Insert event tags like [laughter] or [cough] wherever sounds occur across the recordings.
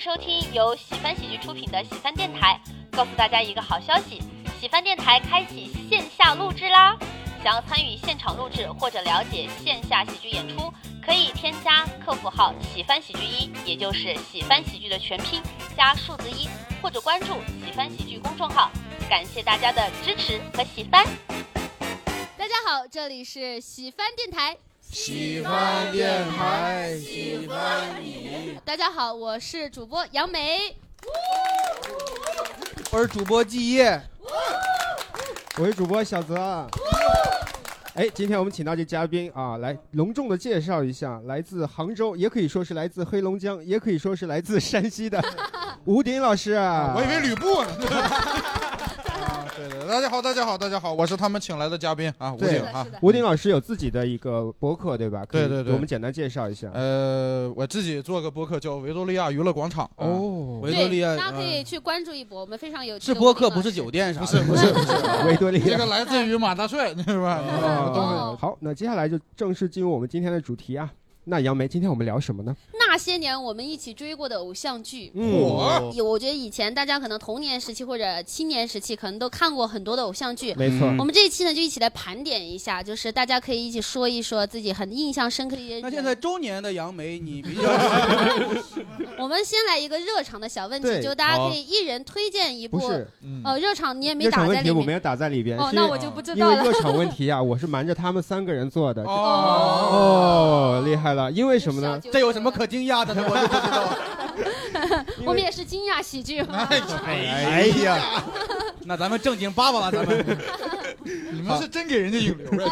收听由喜翻喜剧出品的喜翻电台。告诉大家一个好消息，喜翻电台开启线下录制啦！想要参与现场录制或者了解线下喜剧演出，可以添加客服号“喜翻喜剧一”，也就是喜翻喜剧的全拼加数字一，或者关注喜翻喜剧公众号。感谢大家的支持和喜翻。大家好，这里是喜翻电台。喜欢电台，喜欢你。大家好，我是主播杨梅。我是主播季夜，我是主播小泽。哎，今天我们请到这嘉宾啊，来隆重的介绍一下，来自杭州，也可以说是来自黑龙江，也可以说是来自山西 [laughs] 的吴鼎老师。啊我以为吕 [laughs] 布呢。啊对对，大家好，大家好，大家好，我是他们请来的嘉宾啊，吴对鼎啊。吴鼎老师有自己的一个博客，对吧？可以对对对给我们简单介绍一下。呃，我自己做个播客叫维多利亚娱乐广场。啊哦维多利亚对大家可嗯以去关注一波，我们非常有趣是的播客，不吴鼎老师是酒店啥的。不是不是不是， [laughs] 维多利这亚个。来自于马大帅，是吧？啊东哦好，那接下来就正式进入我们今天的主题啊。那杨梅，今天我们聊什么呢？那些年我们一起追过的偶像剧。嗯，我有，我觉得以前大家可能童年时期或者青年时期，可能都看过很多的偶像剧。没错。我们这一期呢，就一起来盘点一下，就是大家可以一起说一说自己很印象深刻的一些人。那现在中年的杨梅，你比较我们先来一个热场的小问对题，就大家可以一人推荐一部不。是嗯呃，热场你也没热打场在问题，里我没 [laughs] 面。有打在里边，哦，是因那为我就不知因道为了。热 [laughs] 场问题啊，我是瞒着他们三个人做的。哦，哦，厉害了！因为什么呢？？这有什么？可惊讶的呢？我就不知道。因我们为也是惊讶喜剧。 [laughs] 哎呀，那咱们正经爸爸了，咱们你们是真给人家引流呀？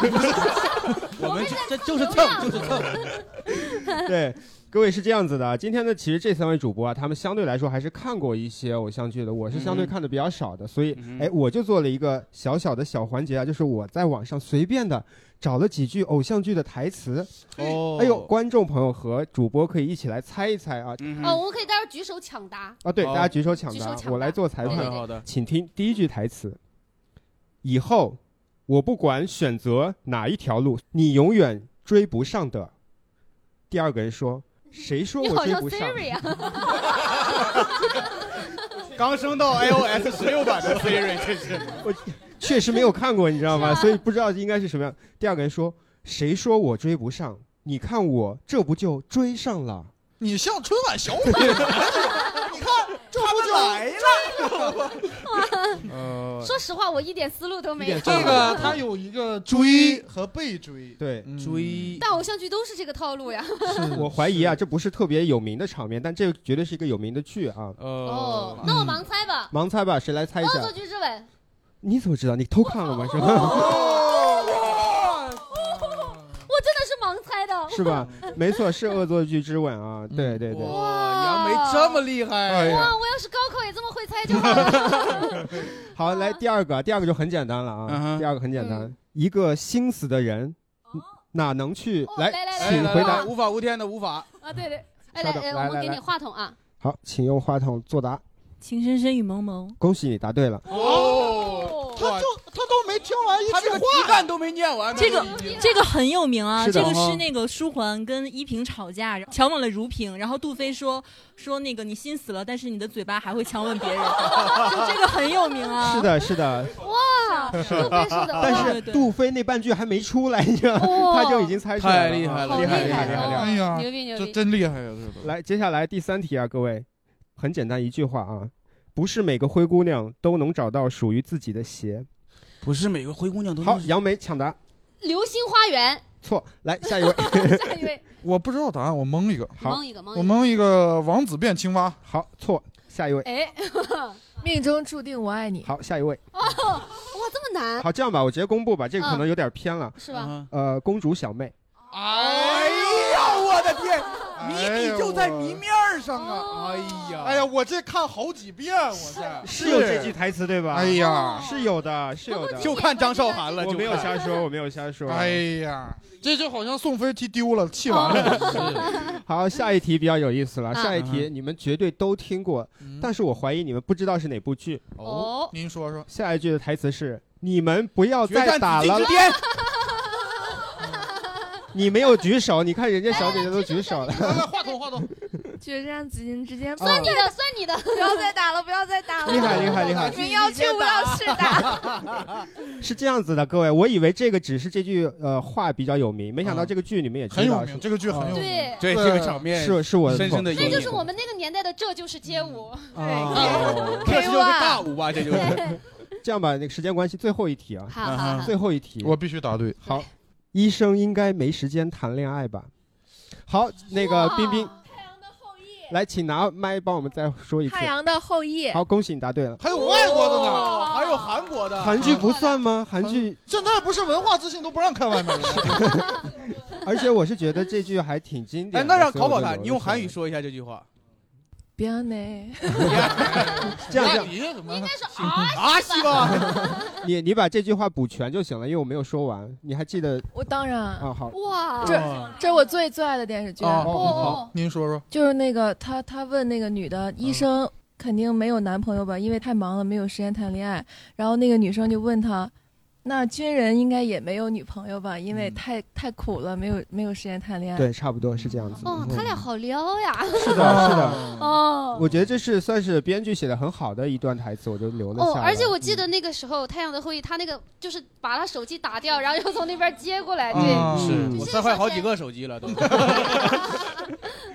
我们这这就是蹭流就量，是蹭。 [laughs] 对。各位是这样子的啊，今天呢，其实这三位主播啊，他们相对来说还是看过一些偶像剧的，我是相对嗯看的比较少的，所以嗯哎，我就做了一个小小的小环节啊，就是我在网上随便的找了几句偶像剧的台词，哦哎呦，，观众朋友和主播可以一起来猜一猜啊嗯哦，哼我们可以待会儿举手抢答。啊，对，好大家举手抢举手答，抢答我来做裁哦好判对对的对好的，请听第一句台词：以后我不管选择哪一条路，你永远追不上的。第二个人说：“谁说你我好追像不上？ Siri 啊！刚升到 iOS 十六版的 Siri，这是确实没有看过，你知道 [laughs] 吗？是啊所以不知道应该是什么样。”第二个人说：“谁说我追不上？你看我这不就追上了你像春晚小 [laughs] 品，你看这不就来了。呃， [laughs] 说实话，我一点思路都没有。这 [laughs] 个它有一个追和被追，对。嗯追但偶像剧都是这个套路呀。 [laughs] 我怀疑啊，这不是特别有名的场面，但这绝对是一个有名的剧啊。哦哦，，那我盲猜吧。盲猜吧，谁来猜一恶下作？剧之吻，你怎么知道？你偷看了吗？是吧？哦我真的是盲猜的。 [laughs] 是 [laughs] 吧？没错，是《恶作剧之吻》啊。嗯对对对。哇，杨梅这么厉哎害，呀，哇，我要是高考也这么会猜就 [laughs] 好了。好，来第二个，第二个就很简单了嗯啊。哼第二个很简单嗯，一个心死的人哪能去哦来来来？来请来回来答来。无法无天的无法，啊，对对。哎，稍来，等哎来我们来给你来话筒啊。好，请用话筒作答。情深深雨蒙蒙，恭喜你答对了。哦，他就他都没听完一他句这个话题。干都没念完，嗯这个他就已经这个很有名啊。是的这个哈是那个舒缓跟依萍吵架，然后强吻了如萍，然后杜飞说说那个你心死了，但是你的嘴巴还会强吻 [laughs] 别人，就这个很有名啊。是，的，是的，哇，又倍数的。哦但对是对对杜飞那半句还没出来，你知道吗，哇他就已经猜出来太厉害了啊，了好厉害厉害厉害哦厉害牛逼牛这逼！真厉害呀！这都来，接下来第三题啊，各位，很简单一句话啊，不是每个灰姑娘都能找到属于自己的鞋。不是每个灰姑娘都好，杨梅抢答流星花园，错，来下 [laughs] 一位。下一位， [laughs] 我不知道答案，我蒙一个，好蒙一个，蒙我一个。蒙一个王子变青蛙。好，错，下一位。哎， [laughs] 哦命中注定我爱你。好，下一位。哇，这么难好，这样吧，我直接公布吧，这个可嗯能有点偏了。是吧？嗯呃，公主小妹，哎呀，我的天，哎呦面儿上哦呀哎呀，我这看好几遍，我这是有这句。台词对吧？哎呀，是有的，是有的。就看张韶涵了，我就没有看瞎说，我没有瞎说。哎呀，这就好像送分题丢了，气完哦了。好，下一题比较有意思了。啊下一嗯题你们绝对都听过，但是我怀疑你们不知道是哪部剧。哦您说说，下一句的台词是：“你们不要决战再打紫禁了之。巅，”哦你没有举手，你看人家小姐姐都举手了。[laughs] 哎来来，话筒话筒，决战紫禁之间，算你的，算你的，不要再 [laughs] 打了，不要再打了，厉害厉害厉害你们要去无啊聊室 [laughs] [laughs] 打， [laughs] 是这样子的，各位，我以为这个只是这句呃话比较有名，没想到嗯这个剧你们也知道，哦很有名，这个剧很有名。对，对对这个场面是是我的深深的错这就是我们那个年代的这就是街舞。啊。 [laughs] 这就是大舞吧，这就是这样吧，那个时间关系，最后一题啊，好好好，最后一题，我必须答对。好，医生应该没时间谈恋爱吧？好，那个哇冰冰，来，请拿麦帮我们再说一次太。阳的后裔，好，恭喜你答对了。还有外国的呢，哦还有韩国的，韩剧不算吗？韩剧，现在不是文化自信都不让看外面了。而且我是觉得这句还挺经典的。哎，那让所以考我就考他，留了你用韩语下说一下这句话。别呢，来。 [laughs] 这样这样，你什么？但是啊，啊，西吧，你 [laughs] 你把这句话补全就行了，因为我没有说完。你还记得 [laughs] 我当然，啊？好，哇，这这是我最最爱的电视剧，哦哦好，哦，您说说，就是那个他他问那个女的医生肯定没有男朋友吧，嗯因为太忙了没有时间谈恋爱。然后那个女生就问他，那军人应该也没有女朋友吧，因为嗯太、太苦了，没有没有时间谈恋爱。对，差不多是这样子。哦，他俩好撩 [laughs] 呀，是的，是的。哦。我觉得这是算是编剧写的很好的一段台词，我就留了下哦，来。而且我记嗯得那个时候《太阳的后裔》，他那个就是把他手机打掉，然后又从那边接过来，对，啊嗯我摔坏好几个手机了都。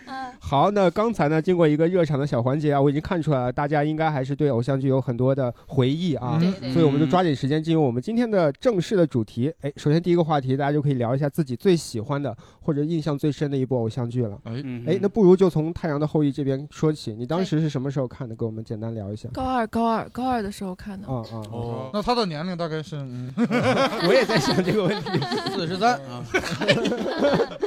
嗯，好，那刚才呢，经过一个热场的小环节啊，我已经看出来了，大家应该还是对偶像剧有很多的回忆啊。对对所以我们就抓紧时间进入我们今天的正式的主题。哎，首先第一个话题，大家就可以聊一下自己最喜欢的或者印象最深的一部偶像剧了。嗯哎，那不如就从《太阳的后裔》这边说起。你当时是什么时候看的？给我们简单聊一下。高二高二高二的时候看的，啊啊！哦， [laughs] 那他的年龄大概 [laughs] 是嗯我也在想这 [laughs] 个问题。四十三啊，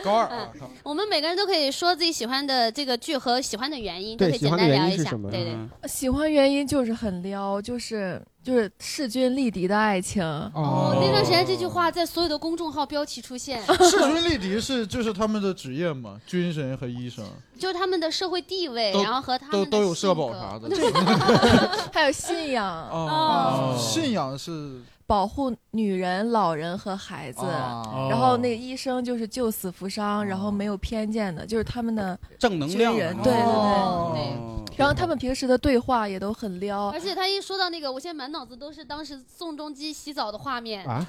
高二啊，靠我们每个人都可以说自己喜欢的这个剧和喜欢的原因，都对可以简喜欢的单原聊因一是下什么。嗯对对，喜欢原因就是很撩，就是就是势均力敌的爱情。哦哦，那段时间这句话在所有的公众号标题 [laughs] 出现，势均力敌是就是他们的职业嘛，军人和医生就是他们的社会地位，都然后和他们都的都有性社保格啥的。还有信仰，哦信仰是保护女人、老人和孩子。哦啊，然后那个医生就是救死扶伤，然后没有偏见的，就是他们的。正能量军人啊，对对对哦然后他们平时的对话也都很 [laughs] 撩而，且他一说到那个，我现在满脑子都是当时宋仲基洗澡的画面，啊，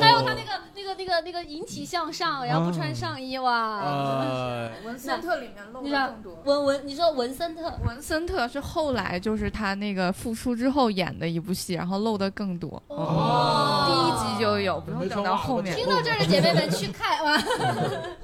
还有他那个那个那个那个引体向上，然哦后不穿上衣哇。呃，文森特里面露你的说更多。文文，你说文森特，文森特是后来就是他那个复出之后演的一部戏，然后露的更多。哦第一集就有，不用等到后面。哦听到这儿的姐妹们去 [laughs] [laughs] 看哇，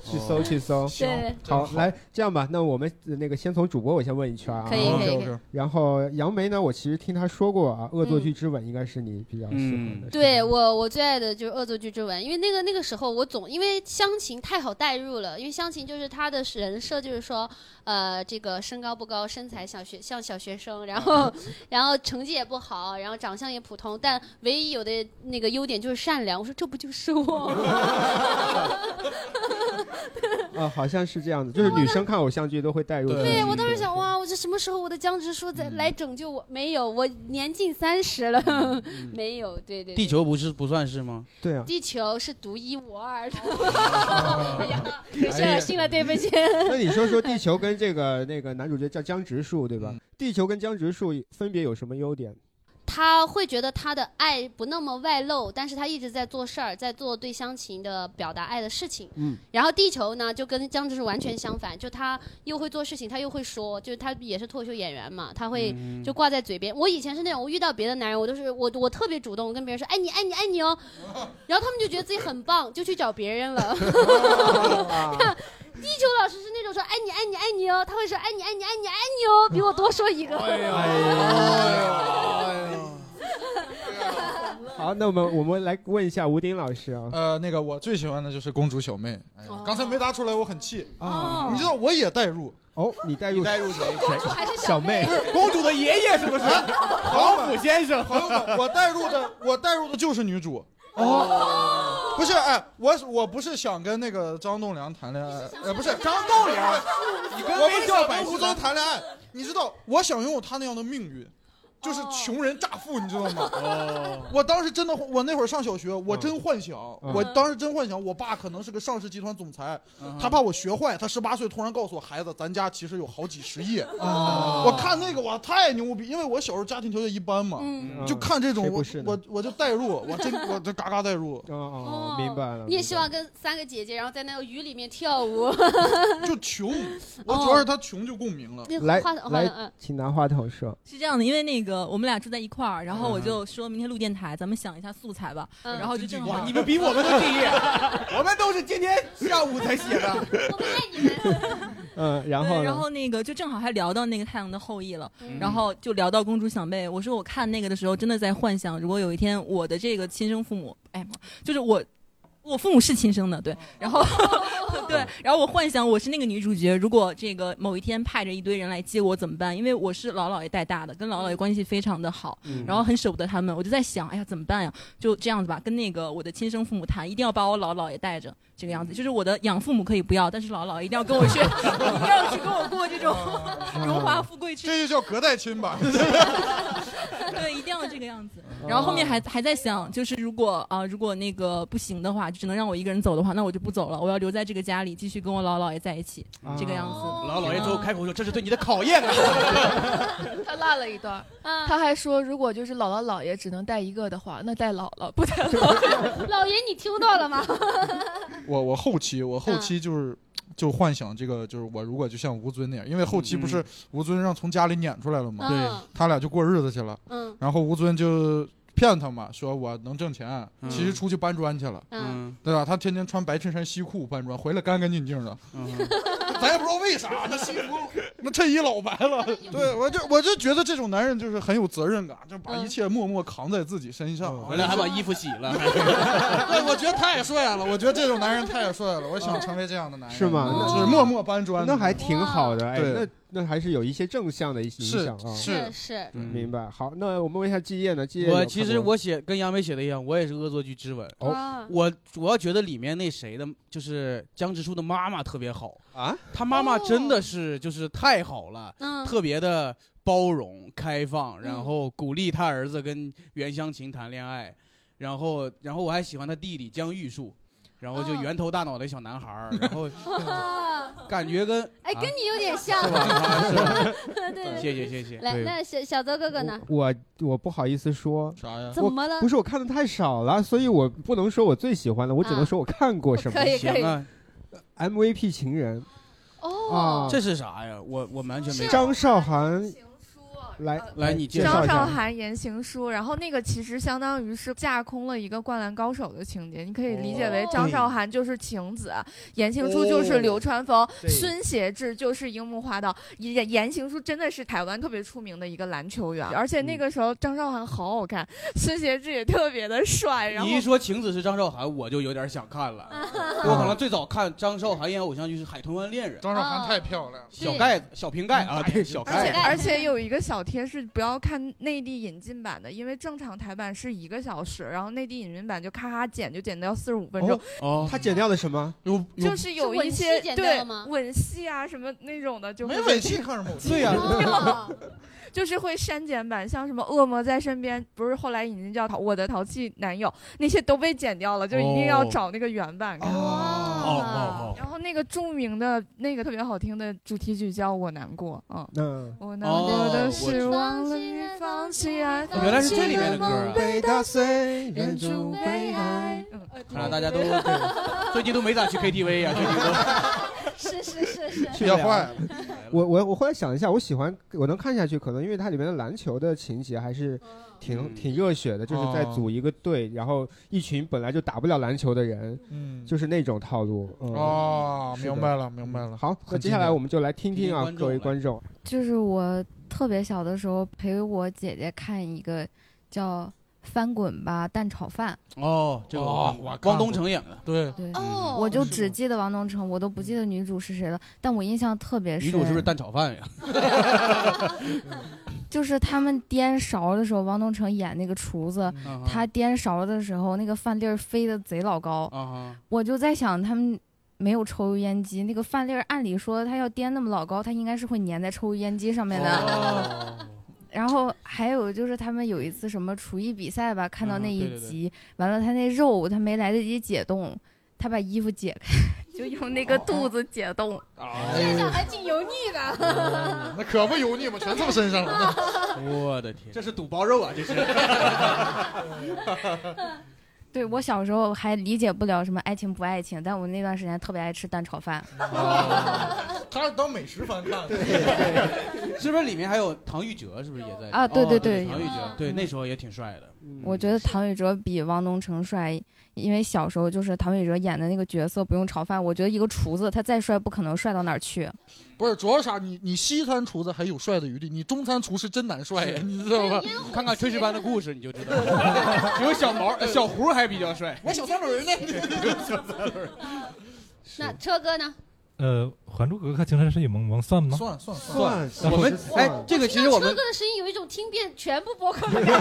去搜去搜。对，哦好，来这样吧，那我们呃那个先从主播我先问一圈啊，可以可以可以 OK，OK 然后杨梅呢，我其实听她说过啊，《恶作嗯剧之吻》应该是你比较喜欢的。嗯对我我最爱的就是《恶作剧之吻》，因为那个那个时候我总因为湘琴太好代入了，因为湘琴就是她的人设就是说，呃，这个身高不高，身材小学像小学生，然后 [laughs] 然后成绩也不好，然后长相也普通，但唯一有的那个优点就是善良。我说这不就是我吗？啊，好像是这样子，就是女生看偶像剧都会带入自己。对我当时想，哇，我这什么时候我的江直树在来拯救我？没有，我年近三十了， [laughs] 没有，对对对地球不是不算是吗？对啊，地球是独一无二的， [laughs] 哎呀，有些恶心了，对不起。 [laughs] 那你说说地球跟这个那个男主角叫江直树对吧？地球跟江直树分别有什么优点？他会觉得他的爱不那么外露，但是他一直在做事儿，在做对湘琴的表达爱的事情。嗯，然后地球呢，就跟江直树完全相反，就他又会做事情，他又会说，就是他也是脱口秀演员嘛，他会就挂在嘴边。我以前是那种，我遇到别的男人，我都是我我特别主动，我跟别人说爱你爱你爱你哦，然后他们就觉得自己很棒，就去找别人了。地球老师是那种说爱哎你爱你爱你哦，他会说爱你爱你爱你爱你哦，比我多说一个。好，那我们我们来问一下吴丁老师啊。呃，那个我最喜欢的就是公主小妹，哎呀哦刚才没答出来，我很气。啊你知道我也代入，哦，你带入带入谁？还是小妹，啊公主的爷爷是不是？王府先生。朋友们，我代入的我代入的就是女主。哦，不是，哎，我我不是想跟那个张栋梁谈恋爱，呃，不是张栋梁，你我不想跟吴尊谈恋爱。你知道，我想拥有他那样的命运。就是哦穷人乍富，你知道吗？ [laughs] 我当时真的，我那会儿上小学，我真幻想，嗯我当时真幻想，我爸可能是个上市集团总裁，他怕我学坏，他十八岁突然告诉我，孩子，咱家其实有好几十亿。哦 [laughs] 我看那个哇，太牛逼，因为我小时候家庭条件一般嘛，嗯就看这种，谁不我是呢我我就代入，我真我这嘎嘎代入，哦哦，明白了。你也明希白望跟三个姐姐，然后在那个雨里面 [laughs] 跳舞。就穷，我哦主要是他穷就共鸣了。那来话筒，话筒来嗯，请拿话筒说。是这样的，因为那个我们俩住在一块儿，然后我就说明天录电台，咱们想一下素材吧，嗯然后就正哇，好你们比我们都敬业，我们都是今天下午才写的。嗯，然后对，呢然后那个就正好还聊到那个《太阳的后裔》了，嗯然后就聊到《公主小妹》。我说我看那个的时候，真的在幻想，如果有一天我的这个亲生父母，哎，就是我，我父母是亲生的，对，然后 [laughs] 对，然后我幻想我是那个女主角，如果这个某一天派着一堆人来接我怎么办？因为我是老姥爷带大的，跟老姥爷关系非常的好，嗯然后很舍不得他们，我就在想，哎呀，怎么办呀？就这样子吧，跟那个我的亲生父母谈，一定要把我老姥爷带着，这个样子。就是我的养父母可以不要，但是老姥爷一定要跟我去，一定要去跟我过这种 [laughs] 荣华富贵之，这就叫隔代亲 [laughs] 吧，嗯对，一定要这个样子。然后后啊面还还在想，就是如果啊、如果那个不行的话，就只能让我一个人走的话，那我就不走了，我要留在这个家里，继续跟我老姥爷在一起，啊这个样子。老姥爷最后啊开口说：“这是对你的考验啊他落了一段，啊，他还说，如果就是姥姥姥爷只能带一个的话，那带姥姥不带姥姥。老爷，你听到 [laughs] 了吗？我我后期我后期嗯就是。就幻想这个，就是我如果就像吴尊那样，因为后期不嗯是吴尊让从家里撵出来了嘛，对嗯他俩就过日子去了。嗯然后吴尊就骗他嘛，说我能挣钱，嗯其实出去搬砖去了，！”嗯，对吧？他天天穿白衬衫西裤搬砖，回来干干净净的，咱也不知道为啥，那西服 [laughs] 那衬衣老白了。 [laughs] 对我就我就觉得这种男人就是很有责任感，就把嗯一切默默扛在自己身上。 [laughs] 啊回来还把衣服洗了， [laughs] [laughs] 对，我觉得太帅了，我觉得这种男人太帅了，我想成为这样的男人。是吗嗯那就是默默搬砖的，那还挺好的，哎，对那那还是有一些正向的一些影是响啊。是是，明白。好，那我们问一下季业呢？季业有我看其实过我写跟杨梅写的一样，我也是恶作剧之吻。哦哇我主要觉得里面那谁的，就是江直树的妈妈特别好，啊，她妈妈哦真的是就是太好了，嗯，特别的包容、开放，嗯然后鼓励他儿子跟袁湘琴谈恋爱，然后然后我还喜欢他弟弟江玉树，然后就哦圆头大脑的小男孩儿，然后啊感觉跟哎，啊跟你有点像是，吧啊 [laughs] 是吧对对。谢谢谢谢。 [laughs] 来，对那小小泽哥哥呢？我我不好意思说，啥呀？怎么了不？是我看的太少了，所以我不能说我最喜欢的，我只能啊说我看过什么可以可以行啊， MVP 情人哦啊，这是啥呀？我我完全没张韶涵情书来呃来你介介绍张一韶下。涵言情书，然后那个其实相当于是架空了一个《灌篮高手》的情节，你可以理解为哦张韶涵就是晴子，言情书就是流川枫，哦对孙协志就是樱木花道。言言情书真的是台湾特别出名的一个篮球嗯员，而且那个时候张韶涵好好看，孙协志也特别的帅。然后你一说晴子是张韶涵，我就有点想看了。我可能最早看张韶涵演偶像剧是《海豚湾恋人》，张韶涵太漂亮了，小盖子、小瓶盖啊，对，小而且盖子。而且有一个小贴士，不要看内地引进版的，因为正常台版是一个小时，然后内地引进版就咔咔剪，就剪到四十五分钟，哦哦，他剪掉了什么？有有就是有是一些吻戏剪掉对了吗吻戏啊什么那种的，就会没吻戏 [laughs] 看什么？对呀哦就是会删减版，像什么恶魔在身边，不是后来引进叫淘我的淘气男友，那些都被剪掉了，就一定要哦找那个原版看。哦哦然后那个著名的那个特别好听的主题曲叫《我难过》，嗯，那我难过哦的我知是道忘了你，放弃爱，哦，原来是这里面的歌啊！被打碎，忍住悲哀。看来大家都最近都没咋去 KTV 呀，最近都是是是是，去别了坏了， [laughs] 我我我后来想一下，我喜欢我能看下去，可能因为它里面的篮球的情节还是挺嗯挺热血的，就是在哦组一个队，然后一群本来就打不了篮球的人，嗯，就是那种套路。嗯、哦，是的嗯明白了，明白了。好，那很接下经来典我们就来听听啊听听观，众各位观众，就是我特别小的时候陪我姐姐看一个叫《翻滚吧蛋炒饭哦，这个哦我看过汪东城演的，嗯对》，，对，哦，我就是只吗记得王东城，我都不记得女主是谁了，但我印象特别女深，主是不是蛋炒饭呀？就是他们颠勺的时候，王东城演那个厨子。啊哈他颠勺的时候，那个饭粒儿飞得贼老高，啊哈，我就在想，他们没有抽油烟机，那个饭粒儿按理说他要颠那么老高，他应该是会粘在抽油烟机上面的。哦 [laughs] 然后还有就是他们有一次什么厨艺比赛吧，啊看到嗯那一对对对集，完了他那肉他没来得及解冻，他把衣服解开， [laughs] 就用那个肚子解冻。哎身上还挺油腻的。那可不油腻嘛，全蹭身 [laughs] 上了。 [laughs] 我的天，这是肚包肉啊，这 [laughs] 是。对我小时候还理解不了什么爱情不爱情，但我那段时间特别爱吃蛋炒饭。哦他是当美食番 [laughs] 看的。是不是里面还有唐禹哲？是不是也在嗯啊对哦对对对嗯唐禹哲，对，那时候也挺帅的。我 [laughs] 觉得唐禹哲比汪东城帅，因为小时候就是唐禹哲演的那个角色不用炒饭，我觉得一个厨子他再帅不可能帅到哪儿去。不是，主要是啥？你你西餐厨子还有帅的余地，你中餐厨师真难帅呀，你知道吧？看看《炊事班的故事》你就知道 [laughs] 了，只有小毛、呃小胡还比较 [laughs] 帅。我小三轮呢？ [laughs] 那车哥呢？呃，《还珠格格》《情深深雨蒙蒙》算吗？算算算我们 [laughs] 哎哎，这个其实听到我车们哥的声音有一种听遍全部播客 [laughs] 的感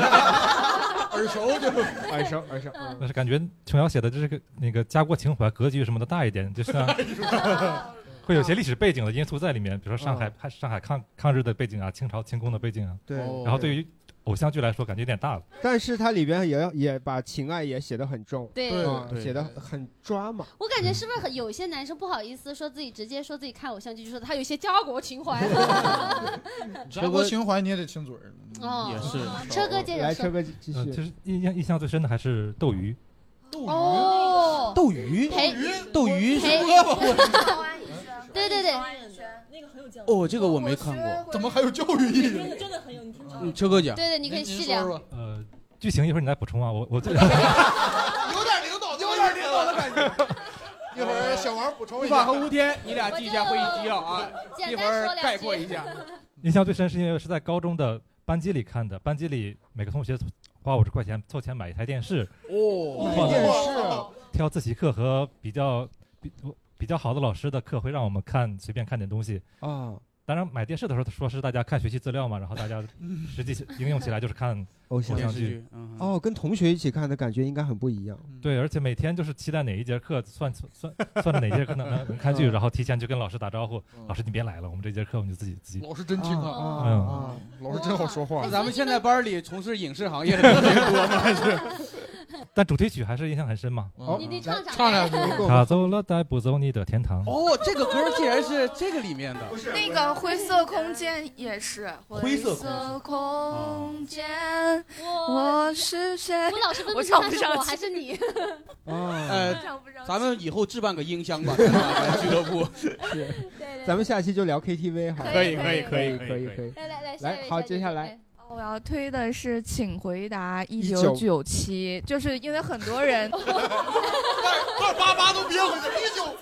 耳熟就 [laughs] 耳熟耳熟。嗯但是感觉琼瑶写的这是个那个家国情怀、格局什么的大一点，就像会有些历史背景的因素在里面，比如说上海、上海抗抗日的背景啊，清朝清宫的背景啊。对然后对于偶像剧来说，感觉有点大了。但是它里边也也把情爱也写得很重，对对嗯对写得很抓嘛。我感觉是不是很有一些男生不好意思说自己直接说自己看偶像剧，就说他有一些家国情 [laughs] 怀。 [laughs] 家国情怀你也得亲嘴儿。哦，也是车哥接着说。哥继续。其实呃印象印象最深的还是斗鱼。哦，斗鱼陪斗鱼是陪胳膊。对对对，那个很有教育，哦，这个我没看过，怎么还有教育意真的真的很有，你听嗯，秋哥讲，对对，你可以细聊。呃，剧情一会儿你来补充啊，我 [laughs] 我最有点领导，有点领导的感觉。一会儿小王补充一无法下和吴天，你俩记一下会议纪要啊，一会儿概括一下。印象最深是因为是在高中的班级里看的，班级里每个同学花五十块钱凑钱买一台电 [laughs] 视，哦放电视啊挑自习课和比较比比较好的老师的课，会让我们看随便看点东西啊。当然，买电视的时候说是大家看学习资料嘛，然后大家实际应用起来就是看偶像像剧剧。嗯哦，跟同学一起看的感觉应该很不一样。对，而且每天就是期待哪一节课算算算算着哪节课能能能看剧，嗯然后提前就跟老师打招呼，老师你别来了，我们这节课我们就自己自己。哦老师真听啊啊啊嗯啊！老师真好说话那。咱们现在班里从事影视行业的同学多吗？ [laughs] 还是？但主题曲还是印象很深啊嘛。哦你你唱啥？唱两句他走了，带不走你的天堂。哦，这个歌竟然是这个里面的，那个灰色空间也是灰色空间色空间，我我是谁？我老是分我不清唱他不是上我去还是你。 [laughs] 啊呃，咱们以后置办个音箱 [laughs] 吧，俱乐部。咱们下期就聊 KTV 好了。可以可以可以可以可以。来来来，下一来位好，接下来。哦我要推的是《请回答一九九七1997》，就是因为很多 [laughs] 人二八八都憋回去，一九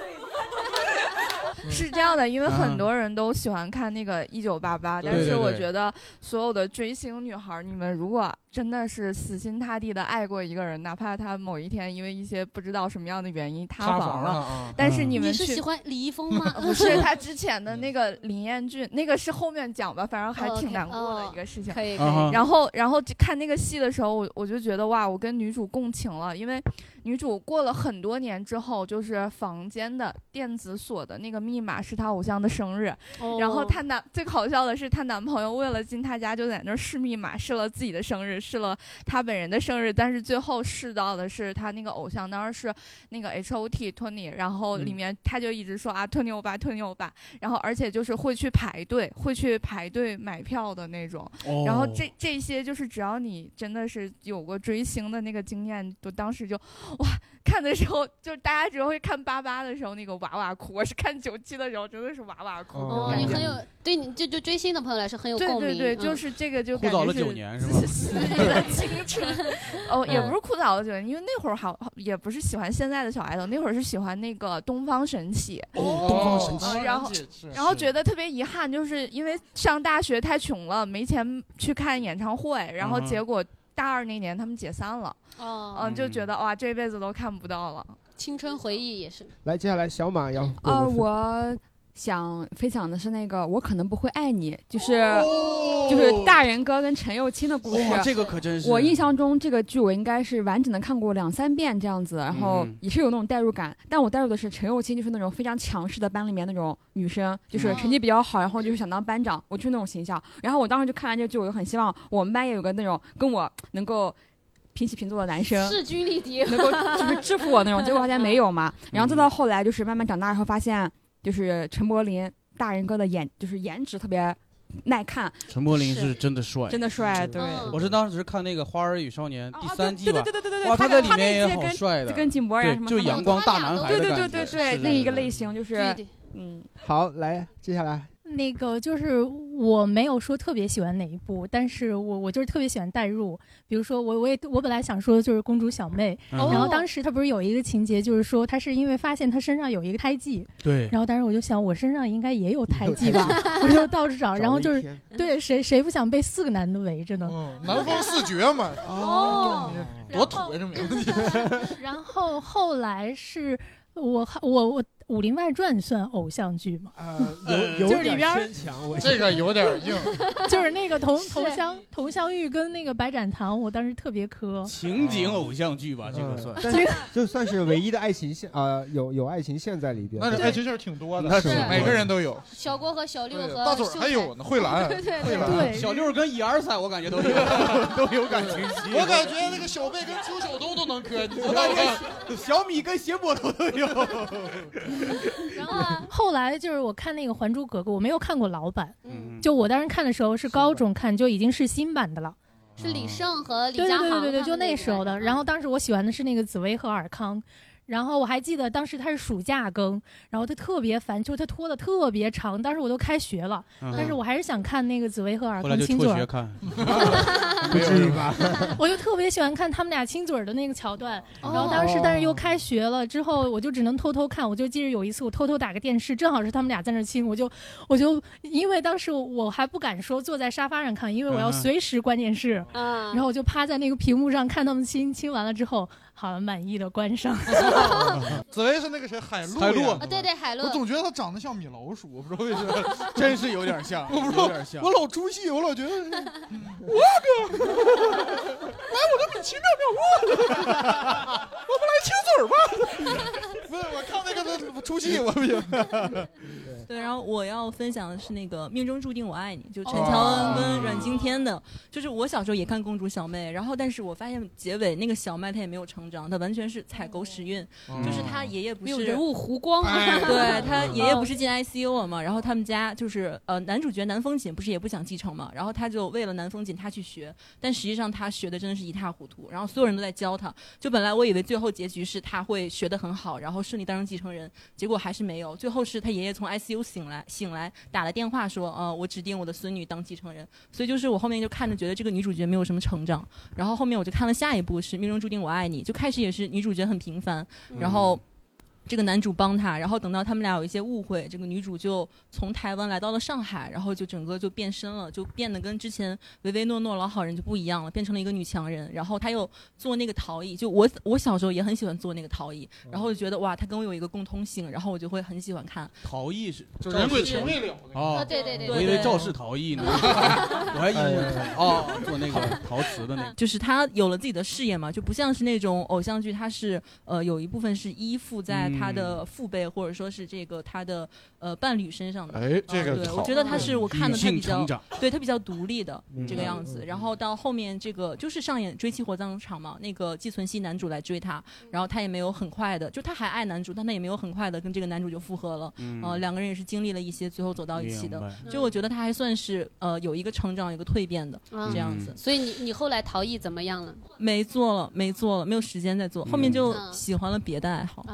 是这样的，因为很多人都喜欢看那个《一九八八》，但嗯对是对我对觉得所有的追星女孩儿，你们如果真的是死心塌地的爱过一个人，哪怕他某一天因为一些不知道什么样的原因塌塌房房了了啊，但是你们你是去喜欢李 [laughs]？易峰吗不是他之前嗯的那个林彦俊，那个是后面讲吧，反正哦还挺难过的一个事情。可以可以啊哈然后，然后就看那个戏的时候，我我就觉得哇，我跟女主共情了，因为女主过了很多年之后，就是房间的电子锁的那个密码是她偶像的生日，哦然后她男最搞笑的是她男朋友为了进她家就在那儿试密码，试了自己的生日，试了她本人的生日，但是最后试到的是她那个偶像，当时是那个 H O T Tony，然后里嗯面。面他就一直说啊，特牛吧，特牛吧，然后而且就是会去排队，会去排队买票的那种。哦然后这这些就是只要你真的是有过追星的那个经验，就当时就哇看的时候，就是大家只会看八八的时候那个哇哇哭，我是看九七的时候真的是哇哇哭。哦，你很有对你就就追星的朋友来说很有对共鸣。对对，就嗯是这个就枯感燥觉了是九年是吧？青春。 [laughs] 哦，也嗯不是枯燥的九年，因为那会儿好也不是喜欢现在的小爱豆，那会儿是喜欢那个东方神起。哦东方神起嗯然后是是然后觉得特别遗憾，就是因为上大学太穷了，没钱去看演唱会，然后嗯哼结果大二那年他们解散了。哦嗯，就觉得哇，这辈子都看不到了。青春回忆也是。来，接下来小马要呃跟啊，们分我想分享的是那个，我可能不会爱你，就是、哦就是大人哥跟陈又青的故事哇。这个可真是我印象中这个剧我应该是完整的看过两三遍这样子，然后嗯也是有那种代入感，但我代入的是陈又青，就是那种非常强势的班里面那种女生，就是成嗯绩比较好，然后就是想当班长，我就是那种形象。然后我当时就看完这个剧，我就很希望我们班也有个那种跟我能够。平起平坐的男生，势均力敌， [laughs] 嗯能够就是制服我那种，结果发现没有嘛。然后再到后来就是慢慢长大以后，发现就是陈柏霖大人哥的颜就是颜值特别耐看，陈柏霖是是真的帅，真的帅，对。我是当时看那个《花儿与少年》第三季对吧，对对对对对，哇，他在的里他面也那一季好跟帅的，跟井柏然对什么就他们阳光大男孩对的对感觉，对对是对，的那一个是的类型就是对对嗯，好，来接下来，那个就是我没有说特别喜欢哪一部，但是我我就是特别喜欢代入。比如说我我也我本来想说的就是公主小妹，嗯然后哦当时她不是有一个情节，就是说她是因为发现她身上有一个胎记，对然后当时我就想我身上应该也有胎记吧，我就到处找，然后就是对谁谁不想被四个男的围着呢？嗯南方 [laughs] 四绝嘛，哦，多土啊这名 [laughs] 字。然后后来是我我我《武林外传》算偶像剧吗？有就有是里点边儿牵强，我这个有点 [laughs] 硬。 [laughs] 就是那个佟是佟湘佟湘玉跟那个白展堂，我当时特别磕。 [laughs] 情哦景偶像剧吧，这嗯个算。但是就算是唯一的爱情线啊，有有爱情线在里边。那这爱情线儿挺多的那是吗每个人都有。小郭和小六对 [laughs] 和大嘴儿秀还才有呢慧兰 [laughs] 对对慧对兰对小六跟一二三，我 [laughs] 感觉都有都有感 [laughs] 情戏。我感觉那个小贝跟邱小东都能磕，你我感觉小米跟斜坡头都有。啊后来就是我看那个《还珠格格》，我没有看过老版，嗯就我当时看的时候是高中看，就已经是新版的了。是嗯李晟和呃李对对佳航对他对们对对，就那时候一代嗯的。然后当时我喜欢的是那个紫薇和尔康，然后我还记得当时他是暑假更，然后他特别烦，就是他拖的特别长，当时我都开学了，嗯但是我还是想看那个紫薇和尔后来康就亲辍嘴学儿，看，不至于吧？ [laughs] 我就特别喜欢看他们俩亲嘴儿的那个桥段。哦然后当时但是又开学了之后，我就只能偷偷看。我就记得有一次我偷偷打个电视，正好是他们俩在那儿亲，我就我就因为当时我还不敢说坐在沙发上看，因为我要嗯随时关电视。嗯然后我就趴在那个屏幕上看他们亲，亲完了之后，好了，满意的关上。紫薇是那个谁，海嗯璐海演璐的啊吧对对海璐我总觉得她长得 [laughs] 像米老鼠，我不知道为什么，真是有点像 [laughs] 我不知有点道，像我老出戏，我老觉得， [laughs] 我哥，来我的米奇妙妙屋， [laughs] 我们来亲嘴儿吧。不是，我看那个都出 [laughs] 戏，我不行。 [laughs] 对，然后我要分享的是那个《命中注定我爱你》，就陈哦乔恩跟阮经天的。就是我小时候也看《公主小妹》，然后但是我发现结尾那个小麦她也没有成长，她完全是采购时运，哦嗯就是她爷爷不没有是人物弧 [laughs] 光 [laughs] 哎对她爷爷哦不是进 ICU 了嘛，然后他们家就是呃男主角南风瑾不是也不想继承嘛，然后他就为了南风瑾他去学，但实际上他学的真的是一塌糊涂，然后所有人都在教他。就本来我以为最后结局是他会学得很好，然后顺利当上继承人，结果还是没有。最后是他爷爷从 ICU 醒来，醒来打了电话说，呃，我指定我的孙女当继承人。所以就是我后面就看着觉得这个女主角没有什么成长，然后后面我就看了下一部是《命中注定我爱你》，就开始也是女主角很平凡，然后。这个男主帮她，然后等到他们俩有一些误会，这个女主就从台湾来到了上海，然后就整个就变身了，就变得跟之前唯唯诺诺老好人就不一样了，变成了一个女强人。然后她又做那个陶艺，就我我小时候也很喜欢做那个陶艺，然后就觉得哇，她跟我有一个共通性，然后我就会很喜欢看。陶艺是就人鬼情未了那个哦啊对对对我以为对赵氏陶艺呢，我还以为哎哦做那个陶瓷的那 [laughs] 个。就是他有了自己的事业嘛，就不像是那种偶像剧，他是呃有一部分是依附在他嗯的父辈、或者说是这个他的呃伴侣身上的。哎这个啊对，好我觉得他是我看的他女比嗯性成较长对他比较独立的嗯这个样子。然后到后面这个就是上演《追妻火葬场》嘛，那个寄存希男主来追她，然后她也没有很快的，就她还爱男主，但她也没有很快的跟这个男主就复合了。嗯呃，两个人也是经历了一些，最后走到一起的明白。就我觉得她还算是呃有一个成长，有一个蜕变的嗯这样子。所以你你后来陶艺怎么样了？没做了，没做了，没有时间再做，后面就嗯喜欢了别的爱好。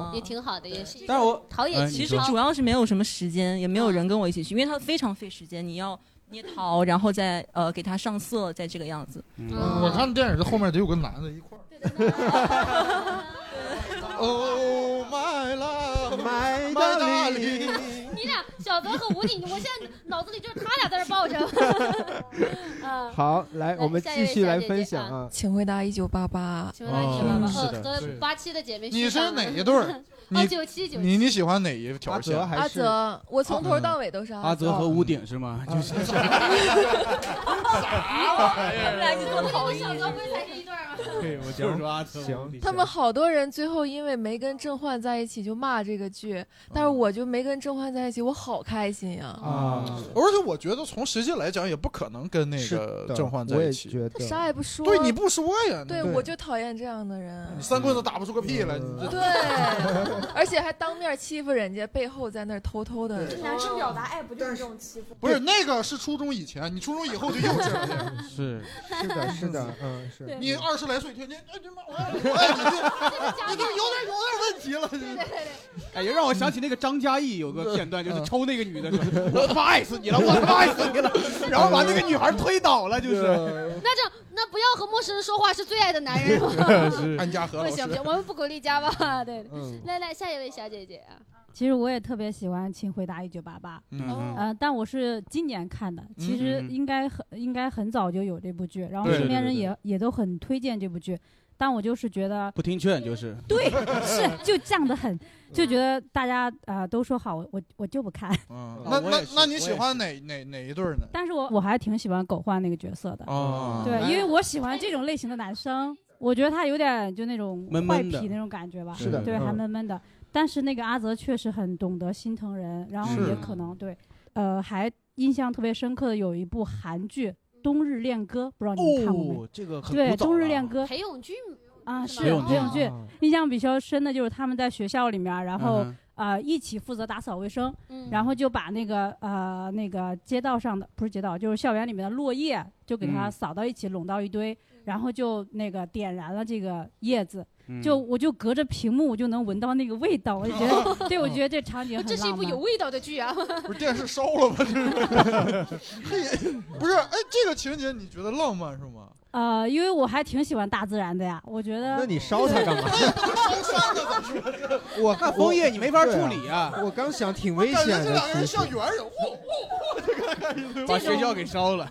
啊，也挺好的，也是。哦但是我陶嗯冶其情实操主。 [laughs] 要是没有什么时间，也没有人跟我一嗯起去，因为它非常费时间，你要捏陶，然后再呃给它上色，再这个样子。我我嗯看电影的后面得有个男的一块儿。Oh my love, my [laughs] darling。你俩小泽和吴迪，我现在脑子里就是他俩在这抱着。 [laughs] 嗯，好，来，我们下一继位续来啊小姐分姐享啊啊。请回答一九八八。嗯请问他一九八八哦是的和和对八七的姐妹？你是哪一对啊儿儿？你97你你喜欢哪一条线？阿泽，我从头到尾都是阿泽和屋顶是吗？啊就是他们俩就做陶艺。小泽不是 [laughs] 才这一段吗？对，我 [laughs] 就是说阿泽行他们好多人最后因为没跟郑焕在一起就骂这个嗯剧，但是我就没跟郑焕在一起，我好开心呀！啊，而且我觉得从实际来讲，也不可能跟那个的郑焕在我也一起。觉得他啥哎也不说，对你不说呀对对我就讨厌这样的人， [laughs] 你三棍子打不出个屁来，你这对，而且还当面欺负人家，背后在那儿偷偷嗯的。男生表达爱不就是这种欺负？不是那个是初中以前，你初中以后就又这样了。是 [laughs] 是的，是的，嗯，是。你二十来岁，天天哎这妈我爱我 [laughs] 爱你这，你这有点有点问题了。哎，又让我想起那个张嘉译有个片段，就是抽那个女的，说我他妈爱死你了，我 [laughs] 他妈爱死你了，然后把那个女孩推倒了，就是。那这样，那不要和陌生人说话是最爱的 [laughs] 男人吗？安家和不老行不行，师，我们不鼓励家暴。啊对，嗯来来，下一位小姐姐啊，其实我也特别喜欢《请回答一九八八》，哦嗯呃，但我是今年看的，其实嗯应该很应该很早就有这部剧，然后对对身边对人对也也都很推荐这部剧，但我就是 [laughs] 觉得不听劝就是。对，是就犟得很，就觉得大家啊、呃都说好，我我我就不看。 [laughs] 嗯，啊哦那我那也是那你喜欢我哪哪哪一对儿呢？但是我我还挺喜欢狗焕那个角色的，哦对，因为我喜欢这种类型的男生，我觉得他有点就那种闷坏闷的痞那种感觉吧，是的对，嗯还闷闷的。但是那个阿泽确实很懂得心疼人，然后是也可能对，呃，还印象特别深刻的有一部韩剧《冬日恋歌》，不知道你们看过没？哦，这个很对，古《早冬日了恋歌》裴勇俊啊，是是吗裴勇俊裴勇俊啊。印象比较深的就是他们在学校里面，然后嗯呃一起负责打扫卫生嗯，然后就把那个呃那个街道上的不是街道，就是校园里面的落叶，就给它嗯扫到一起，拢到一堆，然后就那个点燃了这个叶子嗯。就我就隔着屏幕，我就能闻到那个味道，我就觉 [laughs] 得，对我觉得这场景很这是一部浪漫有味道的剧啊。 [laughs] 不是电视烧了吗？ [laughs] 这是， [laughs] 嘿不是，哎，这个情节你觉得浪漫是吗？呃，因为我还挺喜欢大自然的呀，我觉得。那你烧它干嘛？我那枫叶你没法处理啊！我刚想挺危险感觉这两个的，人其实像猿人，哇哇哇，这个感觉把学校给烧了。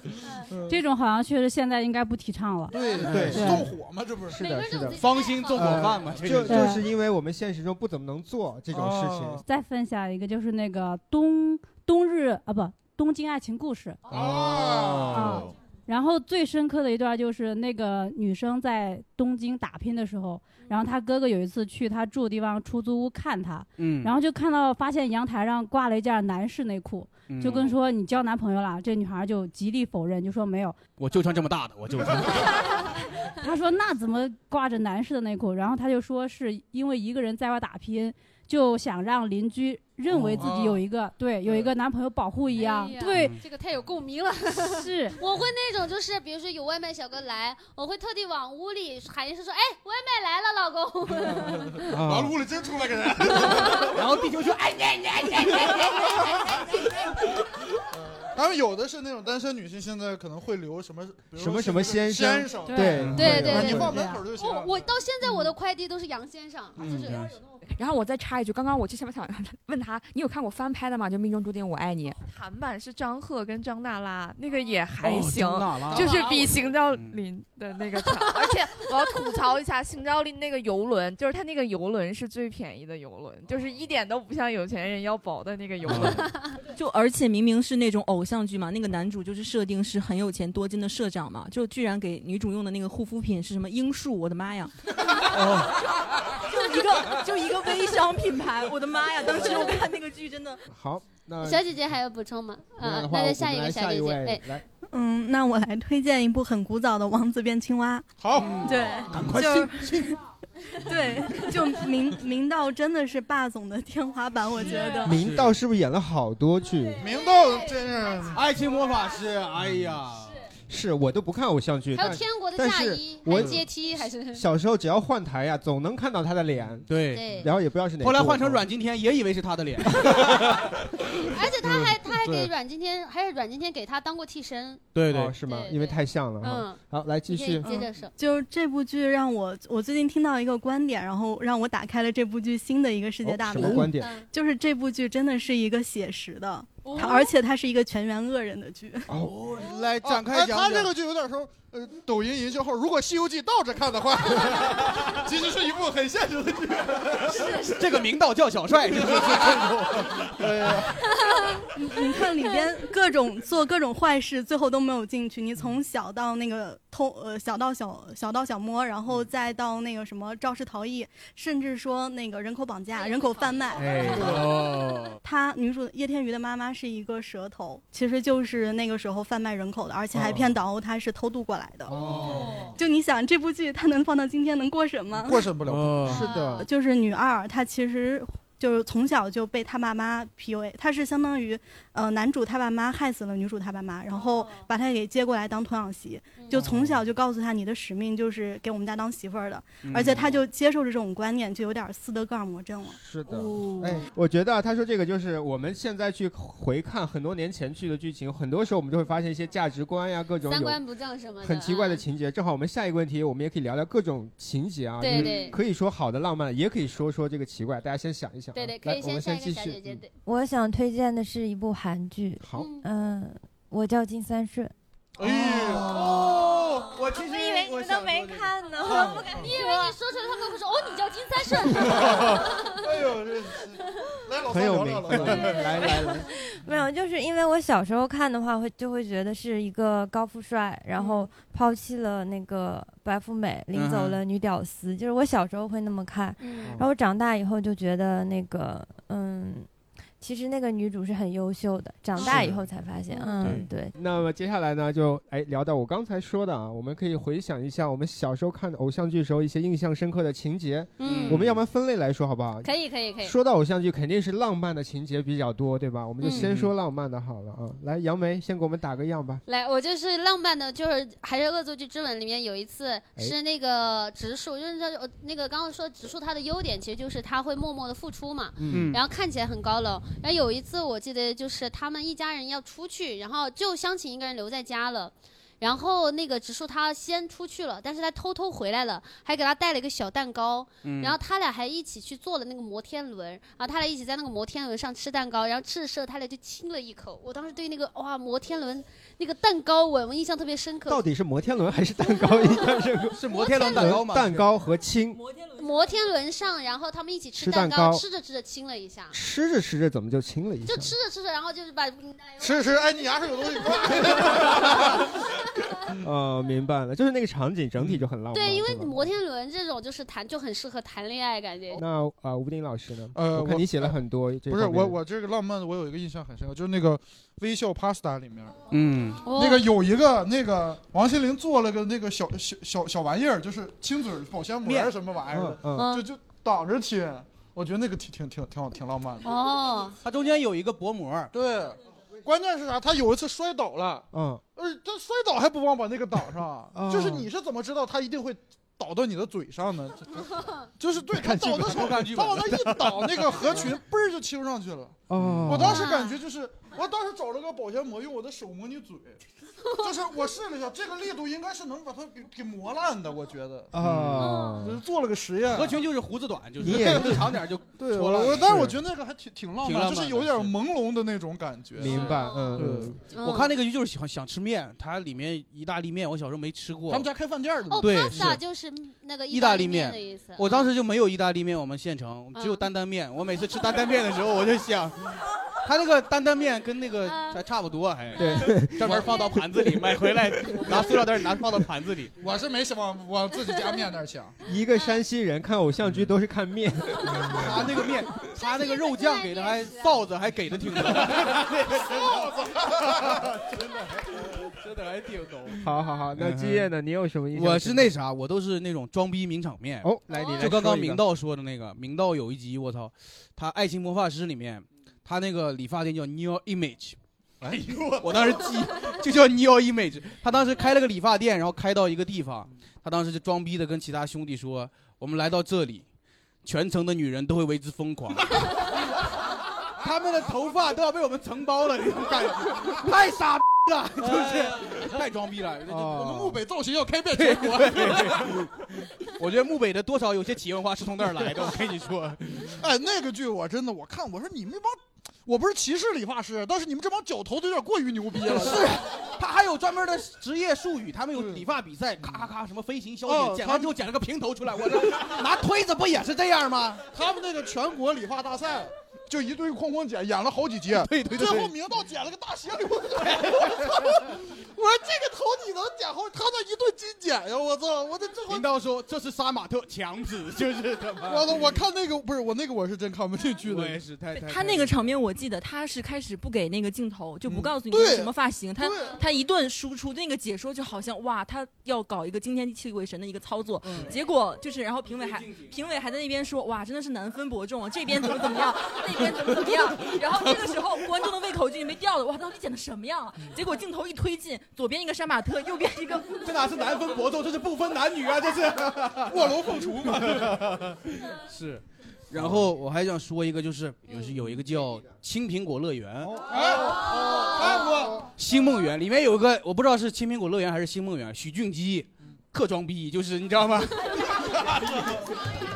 这种好像确实现在应该不提倡了。对对纵火嘛，这不是？是的，是的，芳心纵火犯嘛，呃这就个就是因为我们现实中不怎么能做这种事情。再分享一个，就是那个东冬日啊，不，东京爱情故事。哦然后最深刻的一段就是那个女生在东京打拼的时候，嗯然后她哥哥有一次去她住的地方出租屋看她，嗯然后就看到发现阳台上挂了一件男士内裤，嗯就跟说你交男朋友了，这女孩就极力否认，就说 [laughs] 没有，我就穿这么大的，我就穿。 [laughs] 他说那怎么挂着男士的内裤？然后他就说是因为一个人在外打拼，就想让邻居认为自己有一个、对有一个男朋友保护一样。哦哎呀啊对，嗯这个太有共鸣了。是 [laughs] 我会那种，就是比如说有外卖小哥来，我会特地往屋里喊一声说：“哎，外卖来了，老公。完了屋里真出来个人，然后地球说：“哎，你你 [laughs] 他们有的是那种单身女性，现在可能会留什么，比如说什么什么先先生，生对对对对会有对，你放门口 [laughs] 就行。我我到现在我的快递都是杨先生，就是然后我再插一句，刚刚我之前想问他，你有看过翻拍的吗？就《命中注定我爱你》。韩版是张赫跟张娜拉，那个也还行，哦张娜拉嗯就是嗯比邢昭林的那个强。而且我要吐槽一下邢昭林那个游轮，就是他那个游轮是最便宜的游轮，就是一点都不像有钱人要薄的那个游轮。嗯 [laughs] 就而且明明是那种偶像剧嘛，那个男主就是设定是很有钱多金的社长嘛，就居然给女主用的那个护肤品是什么樱树，我的妈呀！哦就一个就一个微商品牌，我的妈呀！当时我看那个剧真的。好，那小姐姐还有补充吗？那嗯样的嗯，话那我就们下一来个小下一姐姐，位哎，来，嗯，那我来推荐一部很古早的《王子变青蛙》。好，嗯对，快就是 [laughs] 对，就明明道真的是霸总的天花板，我觉得。明道是不是演了好多剧？明道真是爱情魔法师，哎呀，是我都不看偶像剧，还有但天国的但嫁是衣，还我有阶梯，还是小时候只要换台呀、总能看到他的脸。对对然后也不知道是哪。嗯后来换成阮经天，也以为是他的脸。 [laughs] 而且他还嗯他还给对阮经天，还是阮经天给他当过替身。对对、哦是吗对？因为太像了嗯哈。好，来继续。嗯接着说，就这部剧让我，我最近听到一个观点，然后让我打开了这部剧新的一个世界哦大什门。嗯么观点？就是这部剧真的是一个写实的，哦它而且它是一个全员恶人的剧。哦，来展开啊哎讲他讲这个就有点说，呃，抖音营销号，如果《西游记》倒着看的话， [laughs] 其实是一部很现实的剧。 [laughs] 这个明道叫小帅，这个你你看里边各种做各种坏事，最后都没有进去。你从小到那个偷呃小到小小到小摸，然后再到那个什么肇事逃逸，甚至说那个人口绑架、人口贩卖。哎嗯哦，她女主叶天瑜的妈妈是一个蛇头，其实就是那个时候贩卖人口的，而且还骗导游她是偷渡过来的。哦，就你想这部剧它能放到今天能过审吗？过审不了，是的，就是女二，她其实就是从小就被她爸妈 PUA，她是相当于呃男主他爸妈害死了女主他爸妈，然哦后把她给接过来当童养媳，嗯就从小就告诉她你的使命就是给我们家当媳妇儿的，嗯而且她就接受着这种观念，就有点斯德哥尔摩症了。是的，哦哎，我觉得啊他说这个就是我们现在去回看很多年前去的剧情，很多时候我们就会发现一些价值观呀，各种三有观不正什么的，嗯很奇怪的情节。正好我们下一个问题，我们也可以聊聊各种情节啊，对就是对可以说好的浪漫，也可以说说这个奇怪。大家先想一想啊，对对来可以我们先下一继个小续嗯姐。姐对我想推荐的是一部韩剧。好嗯、我叫金三顺。哎 [laughs] 哦，我其实以为你我们想都说没这个看呢啊 [laughs] 你以为你说出来他们会说哦，你叫金三顺， [laughs] 哎呦，这是来老很三有聊名聊了，来来来，没有，就是因为我小时候看的话，会就会觉得是一个高富帅，然后嗯抛弃了那个白富美，领走了女屌丝，就是我小时候会那么看。嗯然后长大以后就觉得那个，嗯，其实那个女主是很优秀的，嗯长大以后才发现，嗯，对。那么接下来呢，就哎聊到我刚才说的啊，我们可以回想一下我们小时候看的偶像剧时候一些印象深刻的情节。嗯我们要不然分类来说好不好？可以可以可以。说到偶像剧，肯定是浪漫的情节比较多，对吧？我们就嗯先说浪漫的好了啊。来，杨梅先给我们打个样吧。来，我就是浪漫的，就是还是《恶作剧之吻》里面有一哎次是那个植树，因为他呃那个刚刚说植树他的优点其实就是他会默默的付出嘛，嗯然后看起来很高冷。然后有一次我记得就是他们一家人要出去，然后就湘琴一个人留在家了。然后那个植树他先出去了，但是他偷偷回来了，还给他带了一个小蛋糕。嗯然后他俩还一起去坐了那个摩天轮，然后他俩一起在那个摩天轮上吃蛋糕，然后吃着吃着他俩就亲了一口。我当时对那个哇摩天轮那个蛋糕吻我印象特别深刻。到底是摩天轮还是蛋嗯糕？印象深刻是摩天轮蛋糕吗蛋糕和亲，摩天轮上，然后他们一起吃吃蛋糕，糕吃着吃着亲了一下，吃着吃着怎么就亲了一下就？吃着吃着，然后就是把吃着吃着，哎，你牙上有东西，哦，明白了，就是那个场景整体就很浪漫。对，因为是吧摩天轮这种就是谈就很适合谈恋爱，感觉。那啊，吴丁老师呢？呃我看我你写了很多这不是方面我，的我这个浪漫的，我有一个印象很深刻，就是那个《微笑 Pasta》里面，嗯那哦个有一个那个王心凌做了个那个小小小小玩意儿，就是亲嘴保鲜膜儿面什么玩意儿嗯的，嗯就就挡着亲，我觉得那个挺挺挺挺好，挺浪漫的。哦，它中间有一个薄膜，对，关键是啥？他有一次摔倒了，嗯，呃，这摔倒还不忘把那个挡 [laughs] 上，嗯啊就是你是怎么知道他一定会倒到你的嘴上 [laughs] 呢？就是对他看剧倒本的时候，看剧他本往那一倒，那个合群 [laughs] 嘣儿就亲上去了。哦，我当时感觉就是，我当时找了个保鲜膜，用我的手模拟嘴，就是我试了一下，这个力度应该是能把它给给磨烂的，我觉得。啊就是哦做了个实验。合群就是胡子短， [laughs] 就是你也胡子长点就对，戳了我我但是我觉得那个还挺挺浪挺浪漫，漫就的是有点朦胧的那种感觉。明白，嗯，对我看那个剧就是喜欢想吃面，它里面意大利面我小时候没吃过，他们家开饭店的哦对， ，pasta 是就是那个意大大利面面的意思。我当时就没有意大利面，我们县城只有担担面。我每次吃担担面的时候，我就想，他那个担担面跟那个还差不多，还对， [laughs] 专门放到盘子里买回来，拿塑料袋拿放到盘子里。我是没想往往自己家面那儿啊想，一个山西人看偶像剧都是看面，嗯 [laughs] [laughs] 他那个面，他那个肉酱给的还臊子还给的挺多， [laughs] 真的真的还挺懂。好好好，那基业呢？你有什么印嗯象？我是那啥，我都是那种装逼名场面。哦来你来就刚说刚一个明道说的那个，明道有一集我操，他《爱情魔发师》里面，他那个理发店叫 Neo Image。哎呦，我当时 [laughs] 记就叫 Neo Image。他当时开了个理发店，然后开到一个地方，他当时就装逼的跟其他兄弟说：“我们来到这里，全城的女人都会为之疯 [laughs] 狂。” [laughs] 他们的头发都要被我们承包了，那种感觉，太傻 [laughs] 逼了，哎就是哦太装逼了。我我们木北造型要开遍全 [laughs] 国。我觉得漠北的多少有些企业文化是从那儿来的，我跟你说。哎，那个剧我真的我看，我说你们这帮，我不是歧视理发师，但是你们这帮绞头的有点过于牛逼了。是， [laughs] 他还有专门的职业术语，他们有理发比赛，咔咔咔，什么飞行消哦解，剪他完之后剪了个平头出来，我这拿推子不也是这样吗？他们那个全国理发大 [laughs] 赛，就一堆哐哐剪，演了好几届，对对对对最后明道剪了个大斜刘海，我说这个头你能剪好，他那一顿金剪呀，我操，我这最后明道说这是杀马特强子，就是他妈。我操，我看那个不是我那个我是真看不进去的，我也是太太他那个场面我记得，他是开始不给那个镜头，就嗯不告诉你对是什么发型，他他一顿输出，那个解说就好像哇，他要搞一个惊天泣鬼神的一个操作，嗯结果就是，然后评委还评委还在那边说哇，真的是难分伯仲啊，这边怎么怎么样，那边怎么怎么样，然后这个时候观众的胃口就已经被吊了，哇，到底剪的什么样嗯啊？结果镜头一推进，左边一个杀马特，右边一个，这哪是难分伯仲，这是不分男女啊，这是卧龙凤雏嘛。是，然后我还想说一个，就是有是有一个叫青苹果乐园，哦看过。星梦园里面有一个，我不知道是青苹果乐园还是星梦园，许俊基特装逼，就是你知道吗？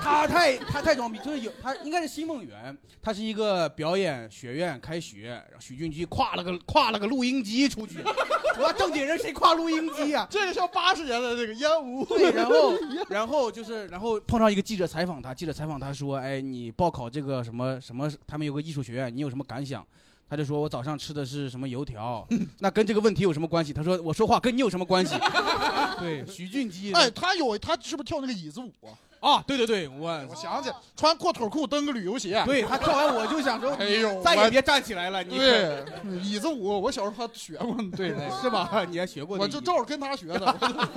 他太他太装逼，就是有他应该是新梦园，他是一个表演学院开学，然后许俊基挎了个挎了个录音机出去，我正经人谁挎录音机啊？这个像八十年代这个烟雾，对，然 [laughs] 后然后就是然后碰上一个记者采访他，记者采访他说，哎，你报考这个什么什么，他们有个艺术学院，你有什么感想？他就说我早上吃的是什么油条，嗯那跟这个问题有什么关系？他说我说话跟你有什么 [laughs] 关系？对，许俊基，哎，他有他是不是跳那个椅子舞啊？啊，对对对，我我想起来穿阔腿裤蹬个旅游鞋，对他跳完我就想说，哎呦，再也我别站起来了，你对椅子舞，我小时候还学过呢，对对是吧？你还学过？我就照着跟他学的，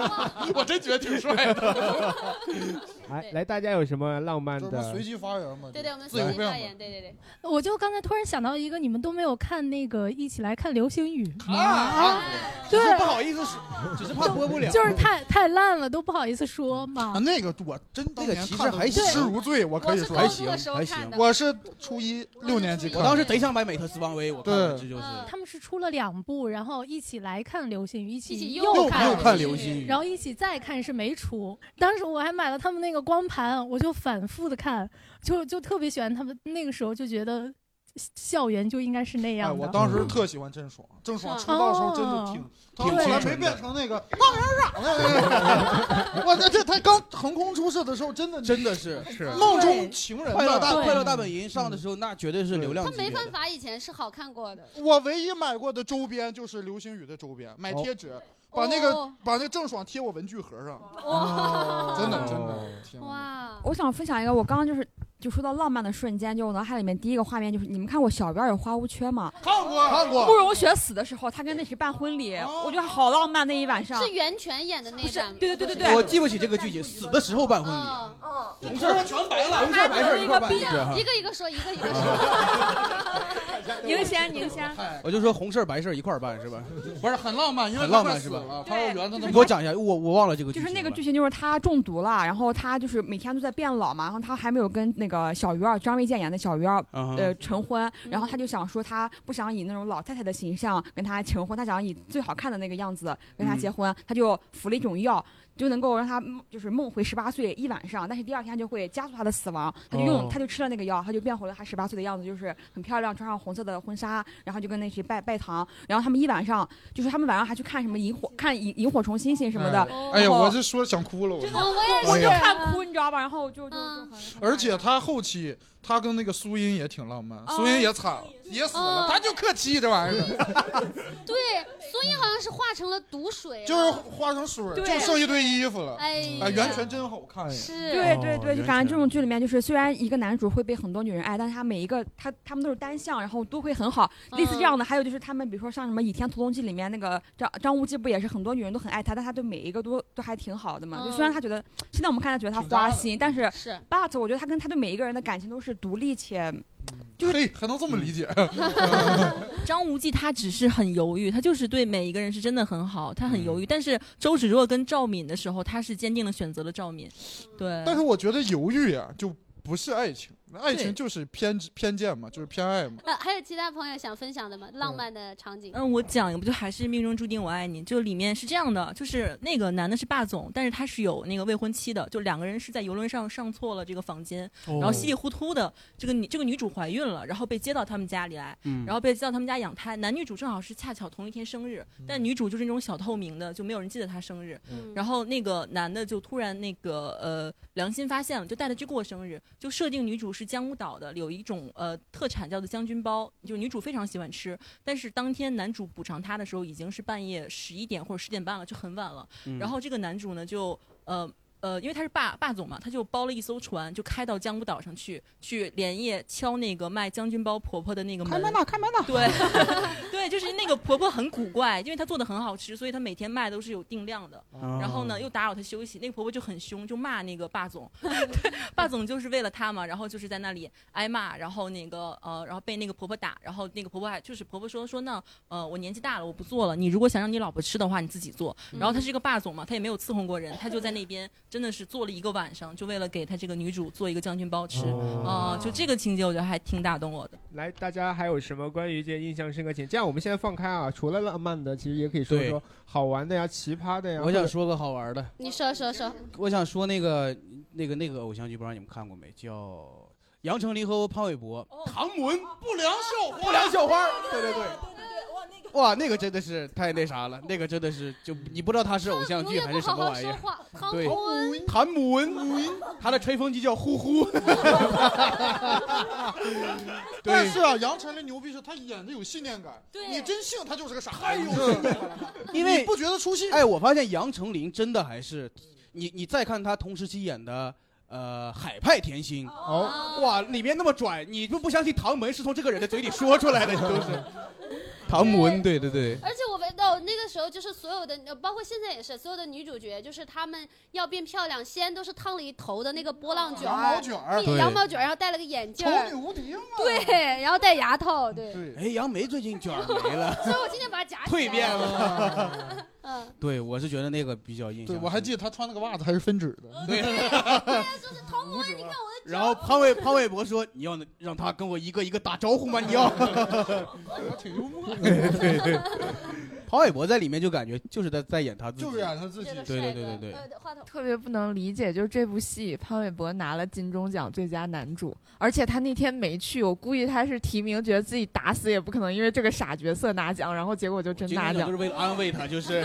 [laughs] 我真觉得挺帅的。哎来来，大家有什么浪漫这不呃的？随机发言吗？对对，我们自由随机变发嘛言，对对对。我就刚才突然想到一个，你们都没有看那个《一起来看流星雨》吗？啊，对只是不好意思说，只是怕播不了，就是太太烂了，都不好意思说嘛。啊，那个我真那个其实还行吃如醉，我可以说我是高中的时候还行看的我是初一六年级看我的，当时贼想买美特斯邦威，我看了对这就是。他们是出了两部，然后一起来看流星雨，一一起起又看看又看流星雨然后一起再看是没出。当时我还买了他们那个光盘，我就反复的看，就就特别喜欢他们。那个时候就觉得校园就应该是那哎，样的。我当嗯时特喜欢郑爽，郑爽出道的时候真的挺哦，她挺后来清纯没的变成那个那人 [laughs] 嚷了。我这这她刚横空出世的时候，真的真的是是梦中情人呢，嗯快乐大对快乐大本营上的时候，那绝对是流量他级别没的。办法，以前是好看过的。我唯一买过的周边就是流星雨的周边，买贴纸，把那个哦把那个郑爽贴我文具盒上，哦真的真的，天哪嗯哇！我想分享一个，我刚刚就是就说到浪漫的瞬间，就我脑海里面第一个画面就是，你们看过小边有花无缺吗？看过看过哦慕容雪死的时候，他跟那谁办婚礼，我觉得好浪漫那一晚上。是袁泉演的那版吗，对对对我记不起这个剧情，死的时候办婚礼，红事儿全白了，红事儿白事儿一块儿办。对哈哦一个一个说，一个一个 [laughs] 说。宁仙，宁仙，我就说红事儿白事儿一块儿办是吧？ [laughs] 不是很浪漫，因为很她浪快漫是死吧了？啊对潘若元她你都给我讲一下，我我忘了这个剧就情是了。那个剧情，就是他中毒了，然后他就是每天都在变老嘛，然后他还没有跟那个小鱼儿张卫健演的小鱼儿嗯哼呃成婚，然后他就想说他不想以那种老太太的形象跟他求婚，他想以最好看的那个样子跟他嗯结婚，他就服了一种药，就能够让他梦就是梦回十八岁一晚上，但是第二天就会加速他的死亡，他就用、哦他就吃了那个药，他就变回了他十八岁的样子，就是很漂亮，穿上红色的婚纱，然后就跟那谁拜拜堂，然后他们一晚上就是他们晚上还去看什么萤火看萤萤火虫星星什么的，哦哎呀，然后我这说想哭了，我哎哦，我也是我就看哭，你知道吧？然后就就就很而且他后期他跟那个苏音也挺浪漫，哦苏音也惨了，也死了，哦他就克妻这玩意儿，对，苏音好像是化成了毒水啊，就是化成水儿，对就剩一堆衣服了。哎呀哎，袁泉真好看呀！是对对对，就感觉这种剧里面，哦就是虽然一个男主会被很多女人爱，但是他每一个他他们都是单向，然后都会很好，类似这样的。还有就是他们比如说像什么《倚天屠龙记》里面那个张张无忌，不也是很多女人都很爱他，但他对每一个都都还挺好的嘛。就虽然他觉得现在我们看他觉得他花心，但是是 but 我觉得他跟他对每一个人的感情都是独立且就是还能这么理解？张无忌他只是很犹豫，他就是对每一个人是真的很好，他很犹豫。但是周芷若跟赵敏的时候，他是坚定的选择了赵敏，对。但是我觉得犹豫啊，就不是爱情，那爱情就是偏执偏见嘛，就是偏爱嘛。呃，还有其他朋友想分享的吗？浪漫的场景。嗯，我讲一个不就还是命中注定我爱你？就里面是这样的，就是那个男的是霸总，但是他是有那个未婚妻的，就两个人是在游轮上上错了这个房间，哦然后稀里糊涂的这个女这个女主怀孕了，然后被接到他们家里来，嗯然后被接到他们家养胎。男女主正好是恰巧同一天生日，但女主就是那种小透明的，就没有人记得她生日。嗯然后那个男的就突然那个呃良心发现了，就带她去过生日，就设定女主是江乌岛的，有一种呃特产叫做将军包，就女主非常喜欢吃，但是当天男主补偿她的时候已经是半夜十一点或者十点半了，就很晚了。嗯然后这个男主呢就呃。呃，因为他是霸霸总嘛，他就包了一艘船，就开到江乌岛上去，去连夜敲那个卖将军包婆婆的那个门。开门呐，开门呐！对， [laughs] 对，就是那个婆婆很古怪，因为她做的很好吃，所以她每天卖都是有定量的。哦然后呢，又打扰她休息，那个婆婆就很凶，就骂那个霸总。 [laughs] 对，霸总就是为了她嘛，然后就是在那里挨骂，然后那个呃，然后被那个婆婆打，然后那个婆婆还就是婆婆说说那呃，我年纪大了，我不做了，你如果想让你老婆吃的话，你自己做。嗯然后她是一个霸总嘛，她也没有伺候过人，她就在那边真的是做了一个晚上，就为了给她这个女主做一个将军包吃。哦哦、就这个情节，我觉得还挺打动我的。来，大家还有什么关于这些印象深刻情？这样我们现在放开啊，除了浪漫的，其实也可以说对说好玩的呀、奇葩的呀。我想说个好玩的，你说说说，我想说那个那个那个偶像剧，不知道你们看过没？叫《杨丞琳和潘玮柏》，哦唐门不良校花，不良校花，对对对。哇，那个真的是太那啥了，那个真的是就你不知道他是偶像剧还是什么玩意儿。对，谭母文，他的吹风机叫呼呼。 [laughs] 但是啊，杨丞琳牛逼是她演的有信念感，你真信她就是个傻孩子，太有信念感了。 [laughs] 因 [laughs] 为你不觉得出戏？哎，我发现杨丞琳真的还是，你你再看她同时期演的。呃，海派甜心哦，哇，里面那么拽，你就不相信唐门是从这个人的嘴里说出来的，你都 [laughs] 是唐门，对对对，而且我们到那个时候，就是所有的，呃包括现在也是，所有的女主角，就是她们要变漂亮，先都是烫了一头的那个波浪卷羊儿，毛卷儿对对羊毛卷儿，然后戴了个眼镜儿，丑女无敌嘛，对，然后戴牙套，对，哎，杨梅最近卷儿没所以了，我今天把它夹起来蜕变了， [laughs] 嗯，对我是觉得那个比较印对象，我还记得她穿那个袜子还是分趾的， [laughs] 对，唐文，你看我的然后潘玮潘玮柏说：“你要让他跟我一个一个打招呼吗？你要？” [laughs] 挺幽默的 [laughs] 对 [laughs] 对对，潘玮柏在里面就感觉就是在在演他自己，就是啊演他自己对对对对对，特别不能理解，就是这部戏潘玮柏拿了金钟奖最佳男主，而且他那天没去，我估计他是提名，觉得自己打死也不可能因为这个傻角色拿奖，然后结果就真金拿钟奖奖就是。为了啊安慰他， [laughs] 就是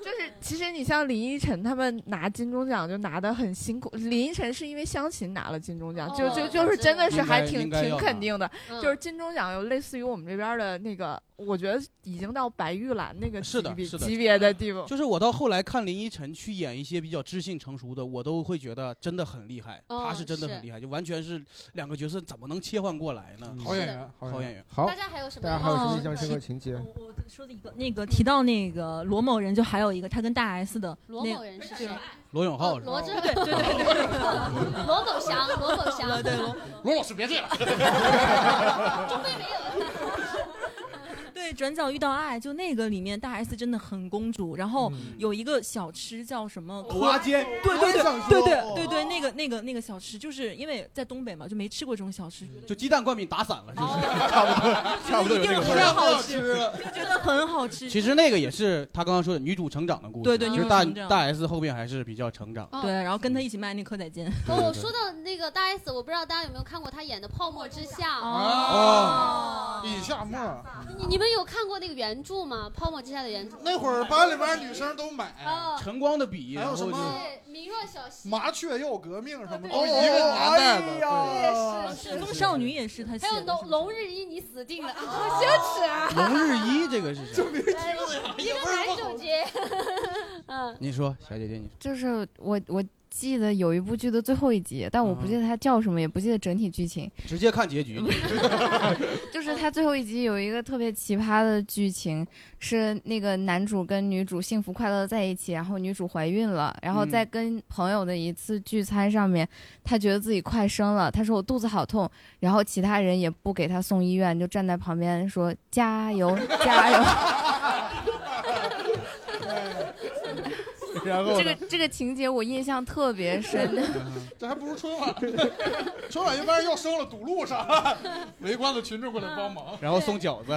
就是其实你像林依晨他们拿金钟奖就拿的很辛苦，林依晨是因为湘琴拿了金钟奖，就就哦就是真的是还挺应该应该挺要拿肯定的，嗯就是金钟奖有类似于我们这边的那个，我觉得已经到白玉兰那个级是的别是的级别的地步，就是我到后来看林依晨去演一些比较知性成熟的，我都会觉得真的很厉害，哦他是真的是很厉害，就完全是两个角色怎么能切换过来呢？嗯好演员好演好员演员，好大家还有什么嗯大家还有什么印象哦深刻情节？说的一个那个提到那个罗某人，就还有一个他跟大 S 的罗那某人 [laughs] 是谁？罗永啊浩是吧，啊罗志，对对对， [laughs] 罗狗祥，罗狗祥，对罗罗老师别这样， [laughs] 对，转角遇到爱，就那个里面大 S 真的很公主，然后嗯有一个小吃叫什么土蛙煎对哦我对也对想说哦对对对对，那个那个那个小吃，就是因为在东北嘛，就没吃过这种小吃，就鸡蛋灌饼打散了，就是哦 [laughs] 差不多，差不多有这个味太好儿。吃了，就觉得很好吃。其实那个也是他刚刚说的女主成长的故事，对对其女实主大成长大 S 后面还是比较成长，对，然后跟他一起卖那蚵仔煎。对对哦，对说到那个大 S，我不知道大家有没有看过她演的《泡沫之夏》 [laughs] 啊哦，以下墨。你你们有看过那个原著吗？《泡沫之夏》的原著？那会儿班里边女生都买哦，晨光的笔，还有什么然后就对，明若小溪，麻雀要革命什么，哦都一个年代的。哎对呀是是风少女也是他写还有的。龙龙日一，你死定了，好羞耻啊！哎龙日一这个是谁？一个男主角， [laughs] 嗯，你说，小姐姐你说。就是我我记得有一部剧的最后一集，但我不记得它叫什么，也不记得整体剧情。直接看结局。就是它最后一集有一个特别奇葩的剧情，是那个男主跟女主幸福快乐地在一起，然后女主怀孕了，然后嗯在跟朋友的一次聚餐上面，他觉得自己快生了，他说我肚子好痛，然后其他人也不给他送医院，就站在旁边说哎加油加油。然后 [laughs] 这呢个这个情节我印象特别深。 [laughs] [laughs] 这还不如春 [laughs] 晚，春晚一般人要生了堵路上 [laughs] 了，围观的群众过来帮 [laughs] 忙，然后送饺子，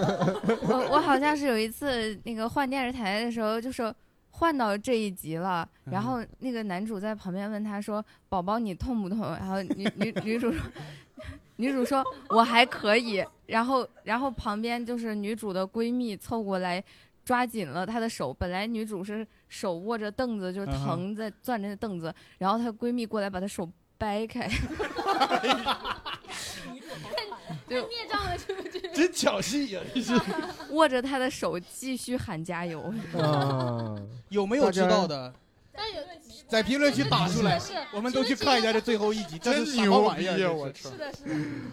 [laughs] 我我好像是有一次那个换电视台的时候，就是换到这一集了，然后嗯那个男主在旁边问他说：“宝宝，你痛不痛？”然后女女女主说。 [laughs] 女主说：“我还可以。”然后，然后旁边就是女主的闺蜜凑过来，抓紧了她的手。本来女主是手握着凳子，就是嗯哼疼在攥着凳子，然后她闺蜜过来把她手掰开。 [laughs] 对，灭障了是不是？真抢戏呀！这是握着她的手继续喊加油。 [laughs] 啊嗯有没有知道的？在评论区打出来是的是的，我们都去看一下这最后一集，这真是什么牛玩逼意儿？呀！这我是操，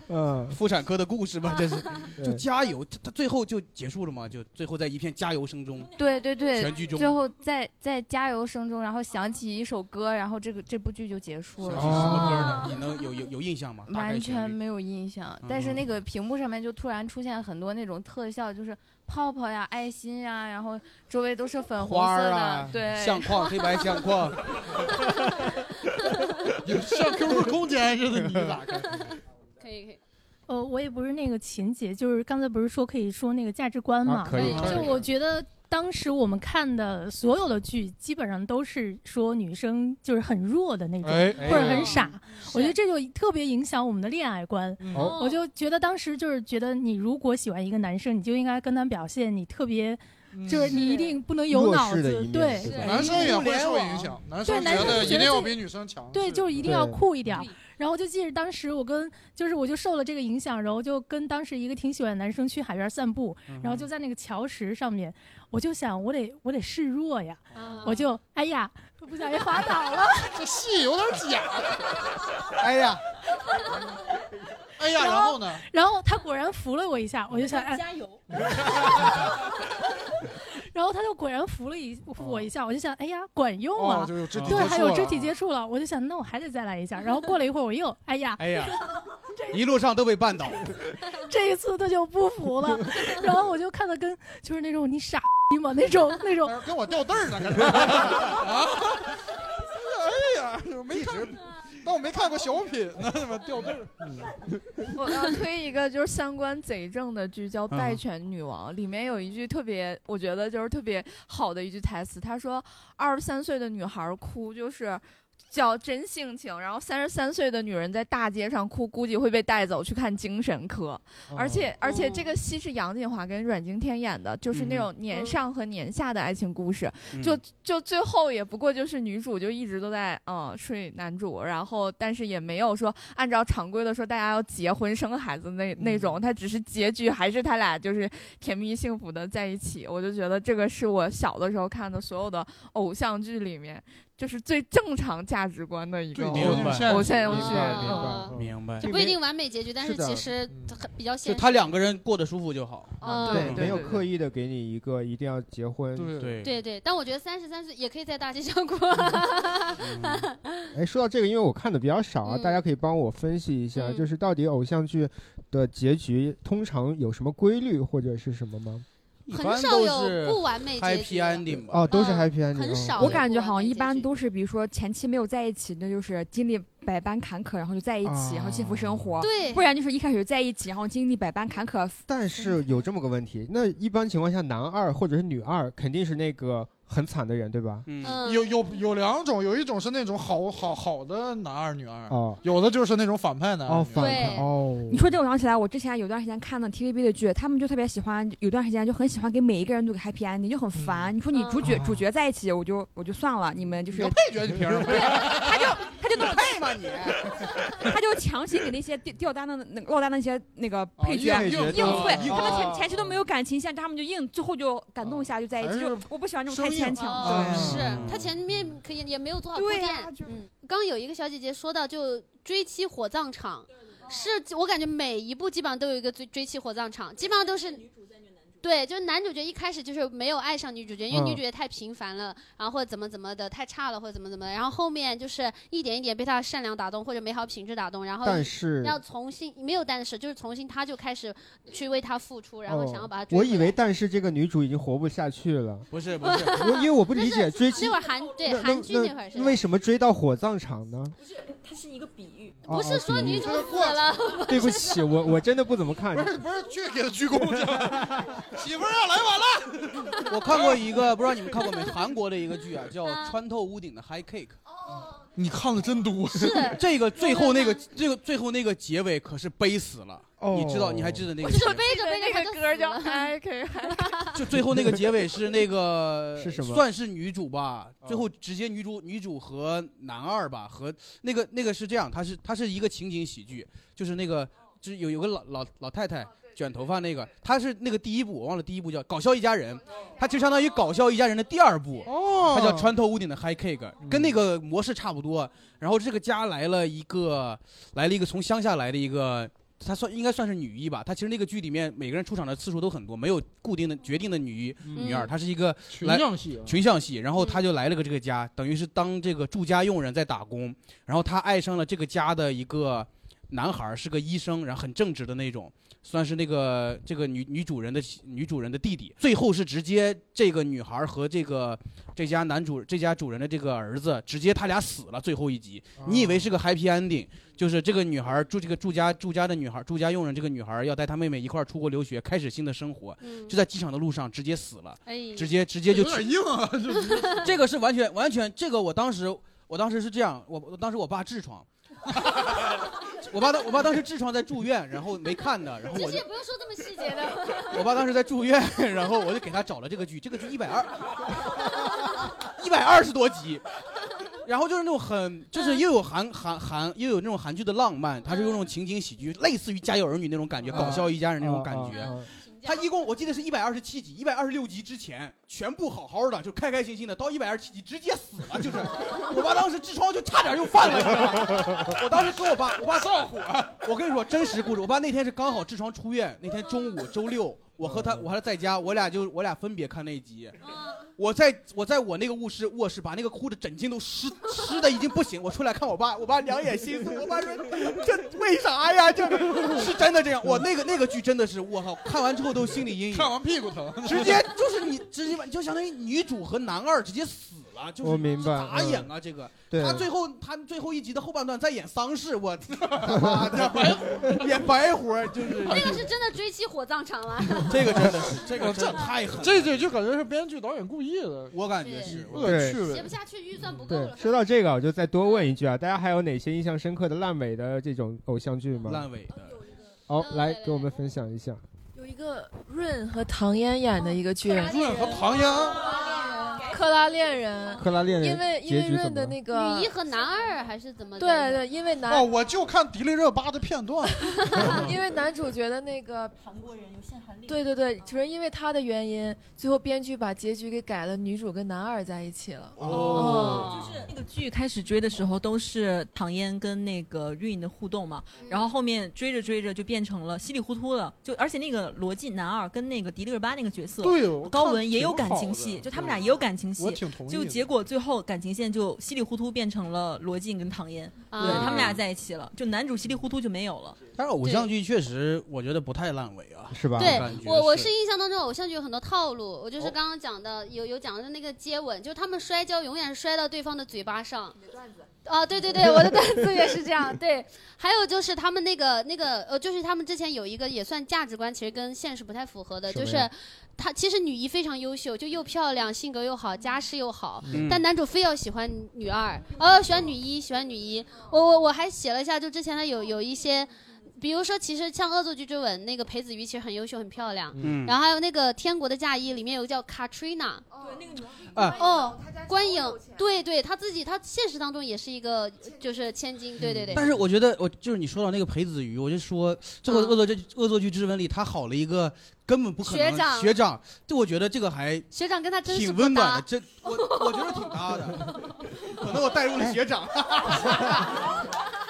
嗯，。妇产科的故事吧，[laughs] 这是就加油，他他最后就结束了嘛？就最后在一片加油声中， [laughs] 对对对，全剧终最后在在加油声中，然后响起一首歌，然后这个这部剧就结束哦了。是什么歌呢？你能有有有印象吗？大概完旋全律嗯没有印象，但是那个屏幕上面就突然出现很多那种特效，就是泡泡呀、爱心呀，然后周围都是粉红花色儿的，啊，对，相框黑白 [laughs] [laughs] 相框，有上 [laughs] QQ 空间似的，你咋看？可以可以。呃，我也不是那个情节，就是刚才不是说可以说那个价值观嘛？啊可以可以就我觉得当时我们看的所有的剧，基本上都是说女生就是很弱的那种，哎或者哎很傻。我觉得这就特别影响我们的恋爱观。哦我就觉得当时就是觉得，你如果喜欢一个男生，你就应该跟他表现你特别。嗯就是你一定不能有弱脑势的一面子，对是吧，男生也会受影响男生对觉得一定要自己比女生强对，是嗯就是一定要对酷一点儿。然后就记着当时我跟就是我就受了这个影响，然后就跟当时一个挺喜欢的男生去海边散步，嗯然后就在那个桥石上面，我就想我得我得示弱呀，啊我就哎呀不小心滑倒了，这戏有点假。 [laughs] [laughs] 哎呀，哎呀，然后呢？然后他果然扶了我一下，我就想哎加油。 [laughs] 然后他就果然扶了一扶我一下，我就想，哎呀，管用啊！哦就有肢体对，接触还有了肢体接触了，我就想，那我还得再来一下。然后过了一会儿，我又，哎呀，[laughs] 哎呀，一路上都被绊倒，这一次他就不服了，然后我就看他跟就是那种你傻逼吗那种那种，跟我掉凳 [laughs] 儿呢，跟他啊！哎呀，我没看，但我没看过小品呢，他妈掉凳儿。 [laughs] 我要推一个就是三观贼正的剧，叫《拜权女王》，里面有一句特别，我觉得就是特别好的一句台词，她说：“二十三岁的女孩哭就是。”叫真性情，然后三十三岁的女人在大街上哭，估计会被带走去看精神科。而且，而且这个戏是杨锦华跟阮经天演的，就是那种年上和年下的爱情故事。嗯就就最后也不过就是女主就一直都在嗯睡男主，然后但是也没有说按照常规的说大家要结婚生孩子那那种，他只是结局还是他俩就是甜蜜幸福的在一起。我就觉得这个是我小的时候看的所有的偶像剧里面，就是最正常价值观的一个最偶接近现实偶像明剧。白明白嗯明白就不一定完美结局，但是是的其实很比较现就实。他两个人过得舒服就好。嗯对，对没有对刻意的给你一个一定要结婚。对对对，但我觉得三十三岁也可以在大街上过。哎，说到这个，因为我看的比较少啊，大嗯家可以帮我分析一下，就是到底偶像剧的结局通常有什么规律或者是什么吗？很少有不完美结局 happy ending 吧。哦，都是嗯 happy ending，哦我感觉好像一般都是，比如说前期没有在一起，那就是经历百般坎坷，然后就在一起，然后幸福生活。对不然就是一开始在一起，然后经历百般坎坷。但是嗯有这么个问题，那一般情况下，男二或者是女二肯定是那个很惨的人，对吧？嗯有有有两种，有一种是那种好好好的男二女二，哦有的就是那种反派男二哦，女二反派哦，你说这我想起来，我之前有段时间看的 TVB 的剧，他们就特别喜欢，有段时间就很喜欢给每一个人都给 happy ending，就很嗯烦。你说你主角、主角在一起，我就我就算了，你们就是配角你凭什么？他就他就那么配吗你？ [laughs] 他就强行给那些掉掉单的、那个落单的那些那个配角硬配硬角脆，硬他们前哦前期都没有感情线，他们就硬，最后就感动一下就在一起。还是就我不喜欢这种太牵强哦的。是他前面可以也没有多少铺对垫啊。嗯，刚有一个小姐姐说到，就追妻火葬哦场，是我感觉每一部基本上都有一个追追妻火葬场，基本上都是。对，就是男主角一开始就是没有爱上女主角，因为嗯女主角太平凡了，然后或者怎么怎么的太差了，或者怎么怎么的，然后后面就是一点一点被他善良打动或者美好品质打动，然后但是要重新没有但是，就是重新他就开始去为他付出，然后想要把他哦追我回来。以为但是这个女主已经活不下去了。不 [laughs] 是不是我因为我不理解追 [laughs] 那会儿韩对韩剧那会儿是为什么追到火葬场呢？ [laughs] 不是，它是一个比喻，哦不是哦说比喻女主死了，对不起， [laughs] 我我真的不怎么看 [laughs] 不。是不是，去给他鞠躬去了，媳妇儿啊，来晚了。我看过一个，不知道你们看过没？韩国的一个剧啊，叫嗯《穿透屋顶的 High Cake》。哦你看了真多。是这个最后那个这个最后那个结尾可是悲死了，你知道？你还记得哦那个结尾？背着背着那个歌叫 I K I，就最后那个结尾是那个 [laughs] 是什么哦算是女主吧，最后直接女主女主和男二吧，和那个那个是这样，它是它是一个情景喜剧，就是那个就是有有个老老老太太卷头发那个，她是那个第一部我忘了第一部叫《搞笑一家人》，它就相当于《搞笑一家人》的第二部，哦嗯它叫《穿透屋顶的 High Cake》，跟那个模式差不多。然后这个家来了一个来了一个从乡下来的一个。她算应该算是女一吧，她其实那个剧里面每个人出场的次数都很多，没有固定的决定的女一、嗯女二，她是一个群来像戏啊群像戏，然后她就来了个这个家，等于是当这个住家佣人在打工，然后她爱上了这个家的一个男孩儿，是个医生，然后很正直的那种，算是那个这个女女主人的女主人的弟弟，最后是直接这个女孩儿和这个这家男主这家主人的这个儿子，直接他俩死了，最后一集，啊你以为是个 happy ending，就是这个女孩儿住这个住家住家的女孩儿住家佣人这个女孩儿要带她妹妹一块儿出国留学，开始新的生活，就在机场的路上直接死了，哎直接直接就有点硬啊， [laughs] 这个是完全完全这个我当时我当时是这样，我我当时我爸痔疮。 [laughs] 我爸当我爸当时痔疮在住院，然后没看的，然后其我实就也不用说这么细节的。 [laughs] 嗯我爸当时在住院，然后我就给他找了这个剧，这个剧一百二，一百二十多集，然后就是那种很，就是又有韩韩韩，又有那种韩剧的浪漫，它是用那种情景喜剧，类似于《家有儿女》那种感觉，搞笑一家人那种感觉。它一共我记得是一百二十七集，一百二十六集之前全部好好的，就开开心心的，到一百二十七集直接死了，就是我爸当时痔疮就差点又犯了，你知道吗？我当时跟我爸，我爸上火，啊我跟你说真实故事，我爸那天是刚好痔疮出院，那天中午周六，我和他我还在家，我俩就我俩分别看那一集。我在我在我那个卧室卧室把那个哭的枕巾都湿湿的已经不行，我出来看我爸，我爸两眼心思，我爸说这为啥呀？这是真的这样，我那个那个剧真的是我靠，看完之后都心理阴影，看完屁股疼，直接就是你直接把就相当于女主和男二直接死了，就是我明白这咋演啊嗯这个？对他最后他最后一集的后半段在演丧事，我妈的白活演白活就是 [laughs] 那个是真的追妻火葬场吗？ [laughs] [laughs] 这个真的是这个哦真的太狠了，这这就感觉是编剧导演故意的，我感觉是有点趣味写不。下去，预算不够对了，。说到这个，我就再多问一句啊，大家还有哪些印象深刻的烂尾的这种偶像剧吗？烂尾的，好，嗯来给我们分享一下。有一个润和唐嫣演的一个剧，润和唐嫑，克拉恋人，克拉恋人因为因结为局怎润么的了那个女一和男二还是怎么？对对，，因 [laughs] 为男哦，我就看迪丽热巴的片段， [laughs] 因为男主角的那个韩国人有限韩令，对对对，主要因为他的原因，最后编剧把结局给改了，女主跟男二在一起了。哦，就是那个剧开始追的时候都是唐嫣跟那个韵的互动嘛，嗯然后后面追着追着就变成了稀里糊涂了，就而且那个罗晋男二跟那个迪丽热巴那个角色，对我看高文也有挺好感的情戏，就他们俩对也有感情戏我挺同，意就的结果最后感情线就稀里糊涂变成了罗晋跟唐嫣，对啊他们俩在一起了，就男主稀里糊涂就没有了。但是偶像剧确实我觉得不太烂尾啊，是吧对我我是印象当中偶像剧有很多套路，我哦就是刚刚讲的有有讲的那个接吻，就是他们摔跤永远是摔到对方的嘴巴上。啊，对对对，我的段子也是这样。对，还有就是他们那个那个呃，就是他们之前有一个也算价值观，其实跟现实不太符合的，什就么是呀她其实女一非常优秀，就又漂亮，性格又好，家世又好，嗯但男主非要喜欢女二，呃，喜欢女一，喜欢女一。我我我还写了一下，就之前的有有一些。比如说，其实像《恶作剧之吻》那个裴子瑜其实很优秀、很漂亮，嗯然后还有那个《天国的嫁衣》里面有个叫 Katrina，啊哦，观影，对对，她自己她现实当中也是一个就是千金，对对对。但是我觉得，我就是你说到那个裴子瑜，我就说这个恶作剧恶作剧之吻里，他好了一个根本不可能嗯学长学长，就我觉得这个还学长跟她真是挺不温暖搭的，，真哎我我觉得挺搭的，可能我带入了学长。 [laughs]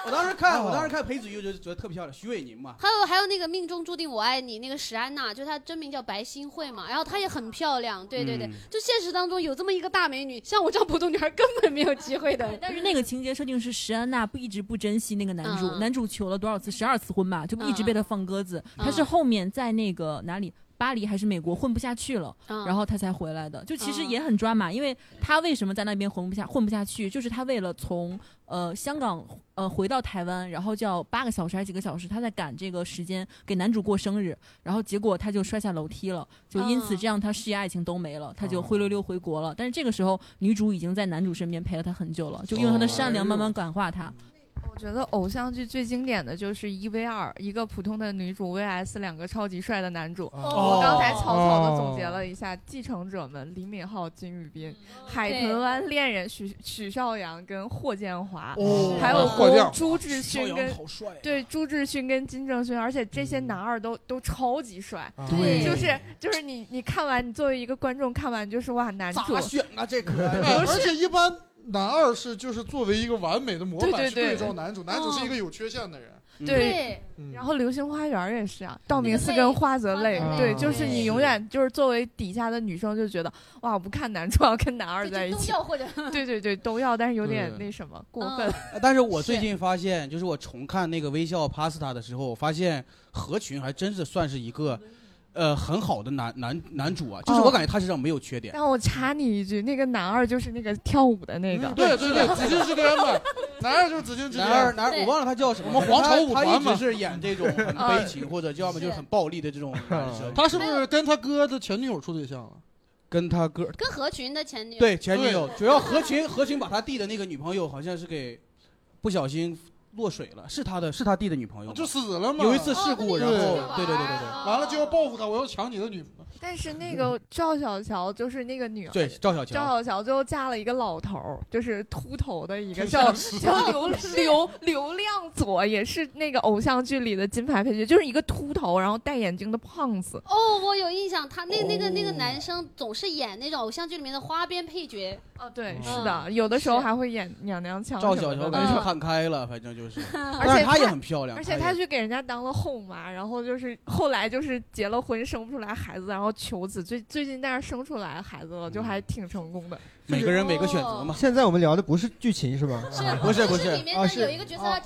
我当时看，我当时看裴子玉就觉得特漂亮，徐伟宁嘛。 [laughs] 还有还有那个命中注定我爱你那个史安娜，就她真名叫白新慧嘛，然后她也很漂亮，对对对，嗯就现实当中有这么一个大美女，像我这样普通女孩根本没有机会 [laughs] 的。但是嗯那个情节设定是石安娜不一直不珍惜那个男主，男主求了多少次，十二次婚吧，就一直被他放鸽子。他是后面在那个哪里，巴黎还是美国混不下去了，嗯然后他才回来的。就其实也很抓马，因为他为什么在那边混不下混不下去，就是他为了从呃香港呃回到台湾，然后就要八个小时还是几个小时，他在赶这个时间给男主过生日，然后结果他就摔下楼梯了，就因此这样他事业爱情都没了，他就灰溜溜回国了。但是这个时候女主已经在男主身边陪了他很久了，就用哦她的善哎良慢慢感化他。 [laughs] 我觉得偶像剧最经典的就是一 v 二，一个普通的女主 vs 两个超级帅的男主。哦我刚才草草的哦总结了一下，继承者们》李敏镐、金宇彬、海豚湾恋人》许许绍洋跟霍建华，哦还有霍建华朱志勋许绍跟洋好帅啊嗯对朱志勋跟金正勋，而且这些男二都都超级帅，对就是就是你你看完，你作为一个观众看完，你就是哇，男主咋选啊？这 [laughs] 可而且一般男二是就是作为一个完美的模板对对去对对照男主，男主是一个有缺陷的人。嗯对，然后《流星花园》也是啊，道明寺跟花泽类花，泽类哦对，就是你永远就是作为底下的女生就觉得哇，我不看男主，我要跟男二在一起，都要或者 [laughs] 对对对都要，但是有点对那什么过分。但是我最近发现，就是我重看那个《微笑 Pasta》的时候，我发现何群还真是算是一个，呃，很好的男男男主啊，就是我感觉他身上没有缺点。让我插你一句，那个男二就是那个跳舞的那个，嗯对对对紫禁之巅嘛， [laughs] 男二就是紫禁之男巅。二男二，我忘了他叫什么。我们皇朝舞他团他嘛一直是演 [laughs] 这种很悲情，或者就要么就是很暴力的这种男生。他是不是跟他哥的前女友处对象了？啊跟他哥跟何群的前女友对前女友，主要何群何群把他弟的那个女朋友好像是给不小心落水了，是他的是他弟的女朋友吗，啊就死了嘛。有一次事哦故，哦然后对对对对对。完了就要报复他，我要抢你的女朋友。但是那个赵小乔就是那个女儿，嗯对赵小乔赵小乔最后嫁了一个老头儿，就是秃头的一个挺叫像是叫刘 [laughs] 是刘刘亮佐，也是那个偶像剧里的金牌配角，就是一个秃头然后戴眼镜的胖子。哦，我有印象，他那那个那哦个男生总是演那种偶像剧里面的花边配角。嗯哦，对是的，有的时候还会演娘娘腔什嗯赵么的。嗯小乔感觉 [laughs] 是看开了，反正就是，而但且是她也很漂亮，而且她她也去给人家当了后妈，然后就是后来就是结了婚，生不出来孩子，然后求子，最最近但是生出来孩子了，就还挺成功的。嗯每个人每个选择哦嘛。现在我们聊的不是剧情是吧？不是不是啊里面呢有一个角色他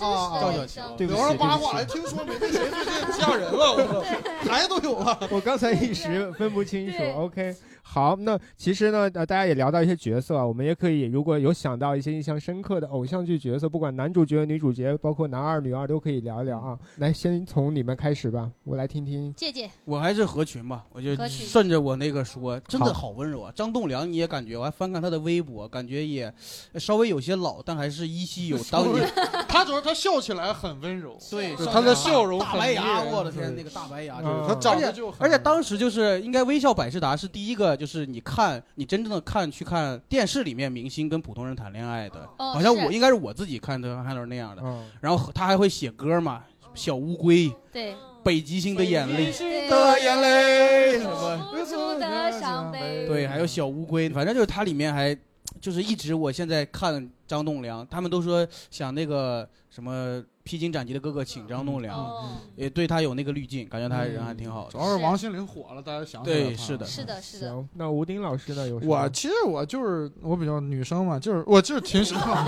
真实的是啊人生对不起聊了对不起八卦，还听说没被谁最近嫁人了，我 [laughs] 操，孩子都啊有了。我刚才一时分不清楚对。 OK，好，那其实呢，呃，大家也聊到一些角色啊，我们也可以如果有想到一些印象深刻的偶像剧角色，不管男主角、女主角，包括男二、女二，都可以聊一聊嗯啊。来，先从你们开始吧，我来听听。姐姐，我还是合群吧，我就合群顺着我那个说，真的好好温柔啊。张栋梁你也感觉，我还翻看他的微博，感觉也稍微有些老，但还是依稀 [laughs] 有当年他主要他笑起来很温柔，啊对对上他的下笑容大很白迷牙，人我的天，那个大白牙，嗯真是他长得而且就很而且当时就是应该微笑百事达是第一个，就是你看你真正的看去看电视里面明星跟普通人谈恋爱的，哦好像是我应该是我自己看的，看到是那样的。嗯然后他还会写歌嘛，小乌龟。对，北极星的眼泪，对的眼泪什么？无助的伤悲。对，还有小乌龟，反正就是它里面还就是一直，我现在看张栋梁，他们都说想那个什么披荆斩棘的哥哥请张栋梁，嗯也对他有那个滤镜，感觉他人还挺好主的。要是王心凌火了，大家想起来嗯啊对她是的是的，是的。行，那吴丁老师呢？有什么我其实我就是我比较女生嘛，就是我就是挺喜 [laughs] 欢。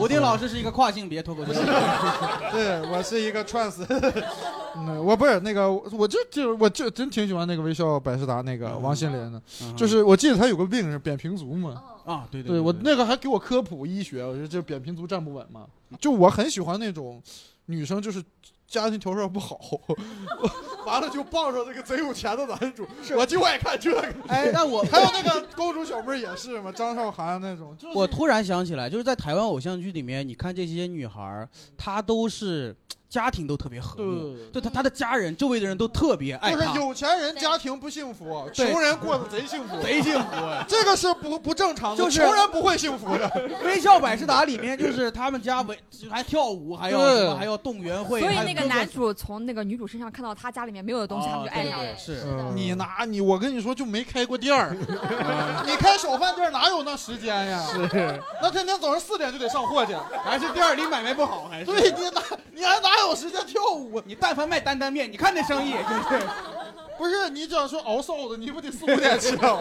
吴丁老师是一个跨性别脱口秀演员，啊对我是一个 trans，嗯，我不是那个，我就就我就真挺喜欢那个微笑百事达那嗯个王心凌的，就是我记得她有个病是扁平足嘛。哦啊，对对我那个还给我科普医学，我说这扁平足站不稳嘛，就我很喜欢那种女生，就是家庭条件不好， [laughs] 完了就傍上这个贼有钱的男主，我就爱看这个。哎那我还有那个公主小妹儿也是嘛，张韶涵那种，就是我突然想起来，就是在台湾偶像剧里面，你看这些女孩儿，她都是家庭都特别和睦，就她她的家人、周围的人都特别爱就是她。有钱人家庭不幸福，对穷人过得贼幸福，贼幸福哎这个是不不正常的，就是穷人不会幸福的。微笑百事达里面就是他们家围还跳舞，还要对什么还要动员会，所以还有那个男主从那个女主身上看到他家里面没有的东西，他们哦就爱上了。哦是你拿你，我跟你说就没开过店 [laughs] 儿，你开小饭店儿哪有那时间呀？是，那天天早上四点就得上货去，还是店儿里买卖不好，还是对你哪你还哪有时间跳舞？啊你但凡卖担担面，你看那生意，对不对？ [laughs] 不是你只要说熬臊子，你不得四五点起来吗？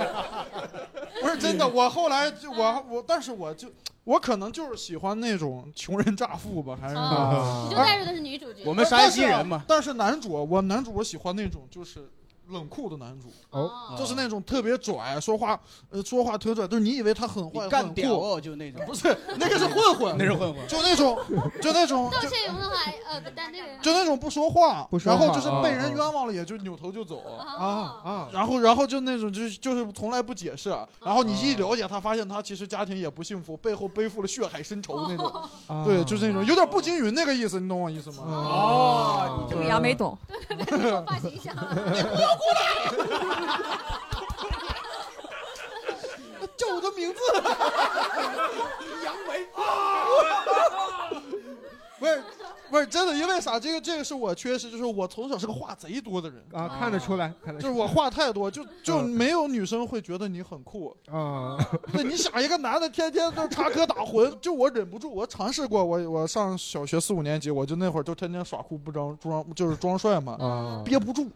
[laughs] 不是真的，我后来就我我，但是我就我可能就是喜欢那种穷人乍富吧，还是、哦你就带入的是女主角我们山西人嘛呃但是但是男主，我男主我喜欢那种就是冷酷的男主，哦就是那种特别拽，说话呃说话特拽，就是你以为他很坏，你干很屌酷哦就那种不是那个是混混， [laughs] 那是混混就那种就那种窦就靖童的话，呃，不但这个人就那种不说话，不说话然后就是被啊人啊冤枉了，也就扭头就走哦啊啊然后然后就那种就是就是从来不解释，啊然后你一啊了解他，发现他其实家庭也不幸福，背后背负了血海深仇那哦种，啊对，就是那种有点步惊云那个意思，你懂我意思吗？哦这个啊杨梅懂， [laughs] 发型像。 [laughs] 叫我的名字， [laughs] 杨梅。 [laughs] 不是不是真的，因为啥？这个这个是我缺失，就是我从小是个话贼多的人啊，看得出来，看得就出是来嗯我话太多，就就没有女生会觉得你很酷。啊， [laughs] 对，你想一个男的天天都插科打诨，就我忍不住，我尝试过，我我上小学四五年级，我就那会儿就天天耍酷不装装，就是装帅嘛，啊憋不住，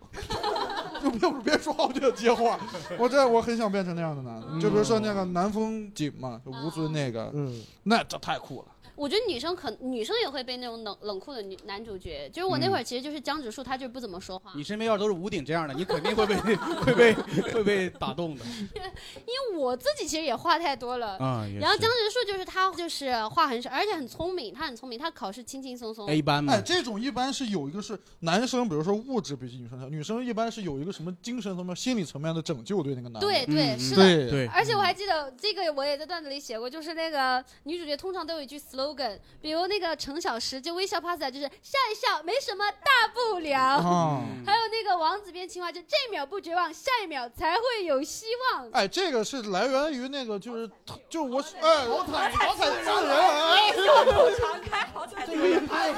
就憋不住，别说话我就得接话，我这我很想变成那样的男的，就比如嗯说那个南风瑾嘛，就吴尊那个，那这太酷了。我觉得女生可女生也会被那种冷冷酷的女男主角，就是我那嗯会儿其实就是江直树，他就是不怎么说话， [laughs] [laughs] 你身边要是都是吴鼎这样的，你肯定会被会被会被打动的。因为我自己其实也话太多 [laughs] 了。啊也然后是江直树就是他就是话很少，而且很聪明，他很聪明，他考试轻轻松松。哎，这种一般是有一个是男生，比如说物质比女生强，女生一般是有一个什么精神层面、心理层面的拯救对那个男的。对嗯对、是啊嗯对的，而且我还记得这个，我也在段子里写过，就是那个女主角通常都有一句 slogan，比如那个程小石就微笑 pass 就是笑一笑，没什么大不了。哦还有那个王子变青蛙，就这秒不绝望，下一秒才会有希望。哎，这个是来源于那个，就是就我哎，我彩彩我彩虹自彩虹人，哎，常开，好彩这个也太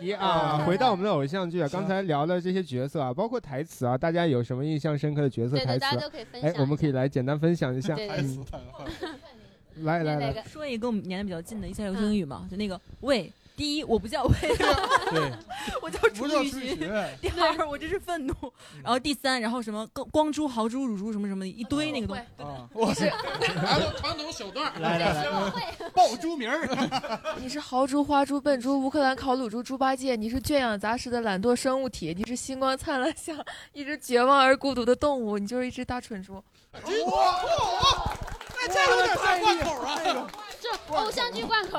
一啊，回到我们的偶像剧啊，刚才聊了这些角色啊，包括台词啊，大家有什么印象深刻的角色对对台词大啊？家都可以分享哎，我们可以来简单分享一下。对对嗯 [laughs] 对来来来，说一个我们年龄比较近的，一下流行语嘛，就那个喂。第一，我不叫喂，对，我叫楚雨荨。第二，我这是愤怒。嗯然后第三，然后什么光光珠、豪珠、乳珠什么什么的一堆那个东哦西。我是来了传统手段，来来来，报猪名儿。你是豪猪、花猪、笨猪、乌克兰烤乳猪、猪八戒，你是圈养杂食的懒惰生物体，你是星光灿烂下一只绝望而孤独的动物，你就是一只大蠢猪。哇，那哎这有点像贯口啊！这偶像剧贯口。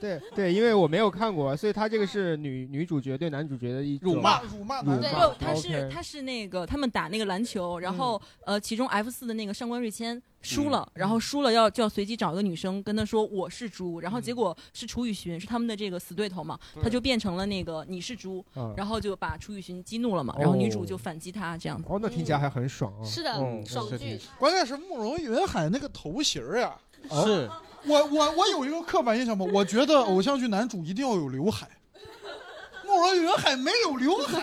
对对，因为我没有看过，所以他这个是女女主角对男主角的一种辱骂辱骂对，骂他 OK 是他是那个他们打那个篮球，嗯然后呃，其中 F 四的那个上官瑞谦输了，嗯然后输了要就要随机找一个女生跟他说我是猪，然后结果是楚雨荨是他们的这个死对头嘛，嗯对他就变成了那个你是猪嗯，然后就把楚雨荨激怒了嘛，然后女主哦就反击他这样子。哦，那听起来还很爽啊。是的嗯爽是剧挺关键是慕容云海那个头型儿呀，哦是我我我有一个刻板印象吧，我觉得偶像剧男主一定要有刘海，慕容云海没有刘海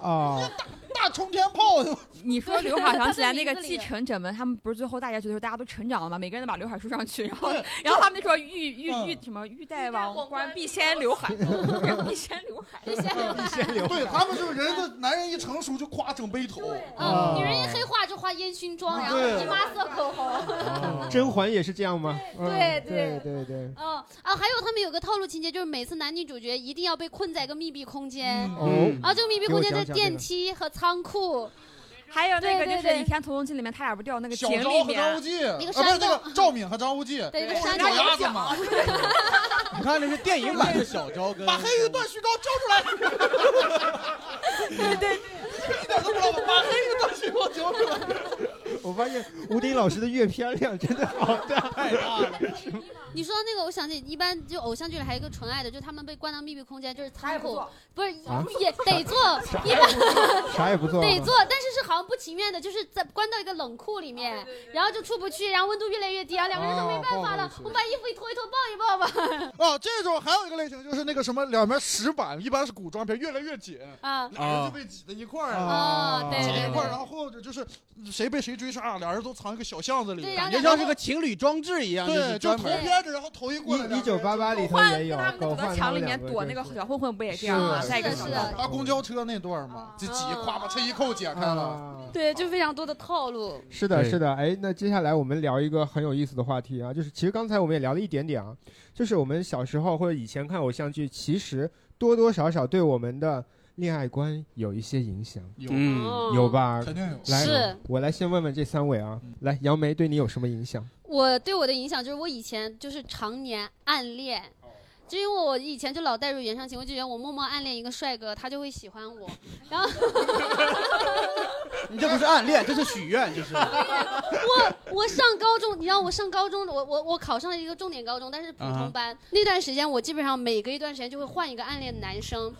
啊，啊，大冲天炮就。 [laughs] 你说刘海 [laughs] 想起来那个继承者们，他们不是最后大结局的时候大家都成长了吗？每个人都把刘海梳上去，然后然后他们就说欲欲嗯欲什么欲戴王冠必先刘 [laughs] 海，必先刘海， [laughs] 必先刘海对他们就是人的男人一成熟就夸整背头啊，女人一黑化就画烟熏妆，啊然后对姨妈色口红。嗯甄嬛也是这样吗？嗯嗯对对对对对。哦啊，还有他们有个套路情节，就是每次男女主角一定要被困在一个密闭空间，啊嗯然后这个密闭空间在给我讲讲这个电梯和仓库， [laughs] 还有那个对就对是《对倚天屠龙记》里面他俩不掉那个小井昭里和面，张无忌，啊，不一个是那山洞个赵敏和张无忌，对一个不是山那洞鸭子嘛，你看那是电影版的小昭跟把 [laughs] 黑玉断续高揪出来，对对对，一点都不让我把黑玉断续高揪出来。我发现吴迪老师的阅片量真的好大，太大了。你说到那个，我想起一般就偶像剧里还有一个纯爱的，就他们被关到密闭空间，就是仓库，不是、啊也得做，啊 [laughs] 啥一般啥也不做 [laughs] 啊得做，但是是好像不情愿的，就是在关到一个冷库里面，然后就出不去，然后温度越来越低，然后两个人都没办法了，哦不好意思我们把衣服一脱一脱，抱一抱吧。哦，这种还有一个类型就是那个什么，两边石板一般是古装片，越来越紧，啊俩人就被挤在一块儿啊对挤对一块儿，对然后或者就是谁被谁追杀，啊俩人都藏一个小巷子里，感觉像是个情侣装置一样，对，就就是头专门偏着，然后头一过来，一九八八里头也有，狗在焕他们两个对小混混不也这样吗是在一个是小是的巷搭公交车那段嘛，这挤夸把衬衣扣解开啊了，对，就非常多的套路。是的，是的，哎，那接下来我们聊一个很有意思的话题啊，就是其实刚才我们也聊了一点点啊，就是我们小时候或者以前看偶像剧，其实多多少少对我们的恋爱观有一些影响，有哦嗯有吧？肯定有嗯来是，我来先问问这三位啊，来，杨梅对你有什么影响？我对我的影响就是我以前就是常年暗恋，就因为我以前就老带入原上情，我就觉得我默默暗恋一个帅哥，他就会喜欢我， [laughs] 然后 [laughs] 你这不是暗恋，这是许愿，这 [laughs] 是。我我上高中，你知道我上高中，我我我考上了一个重点高中，但是普通班。那段时间，我基本上每隔一段时间就会换一个暗恋的男生。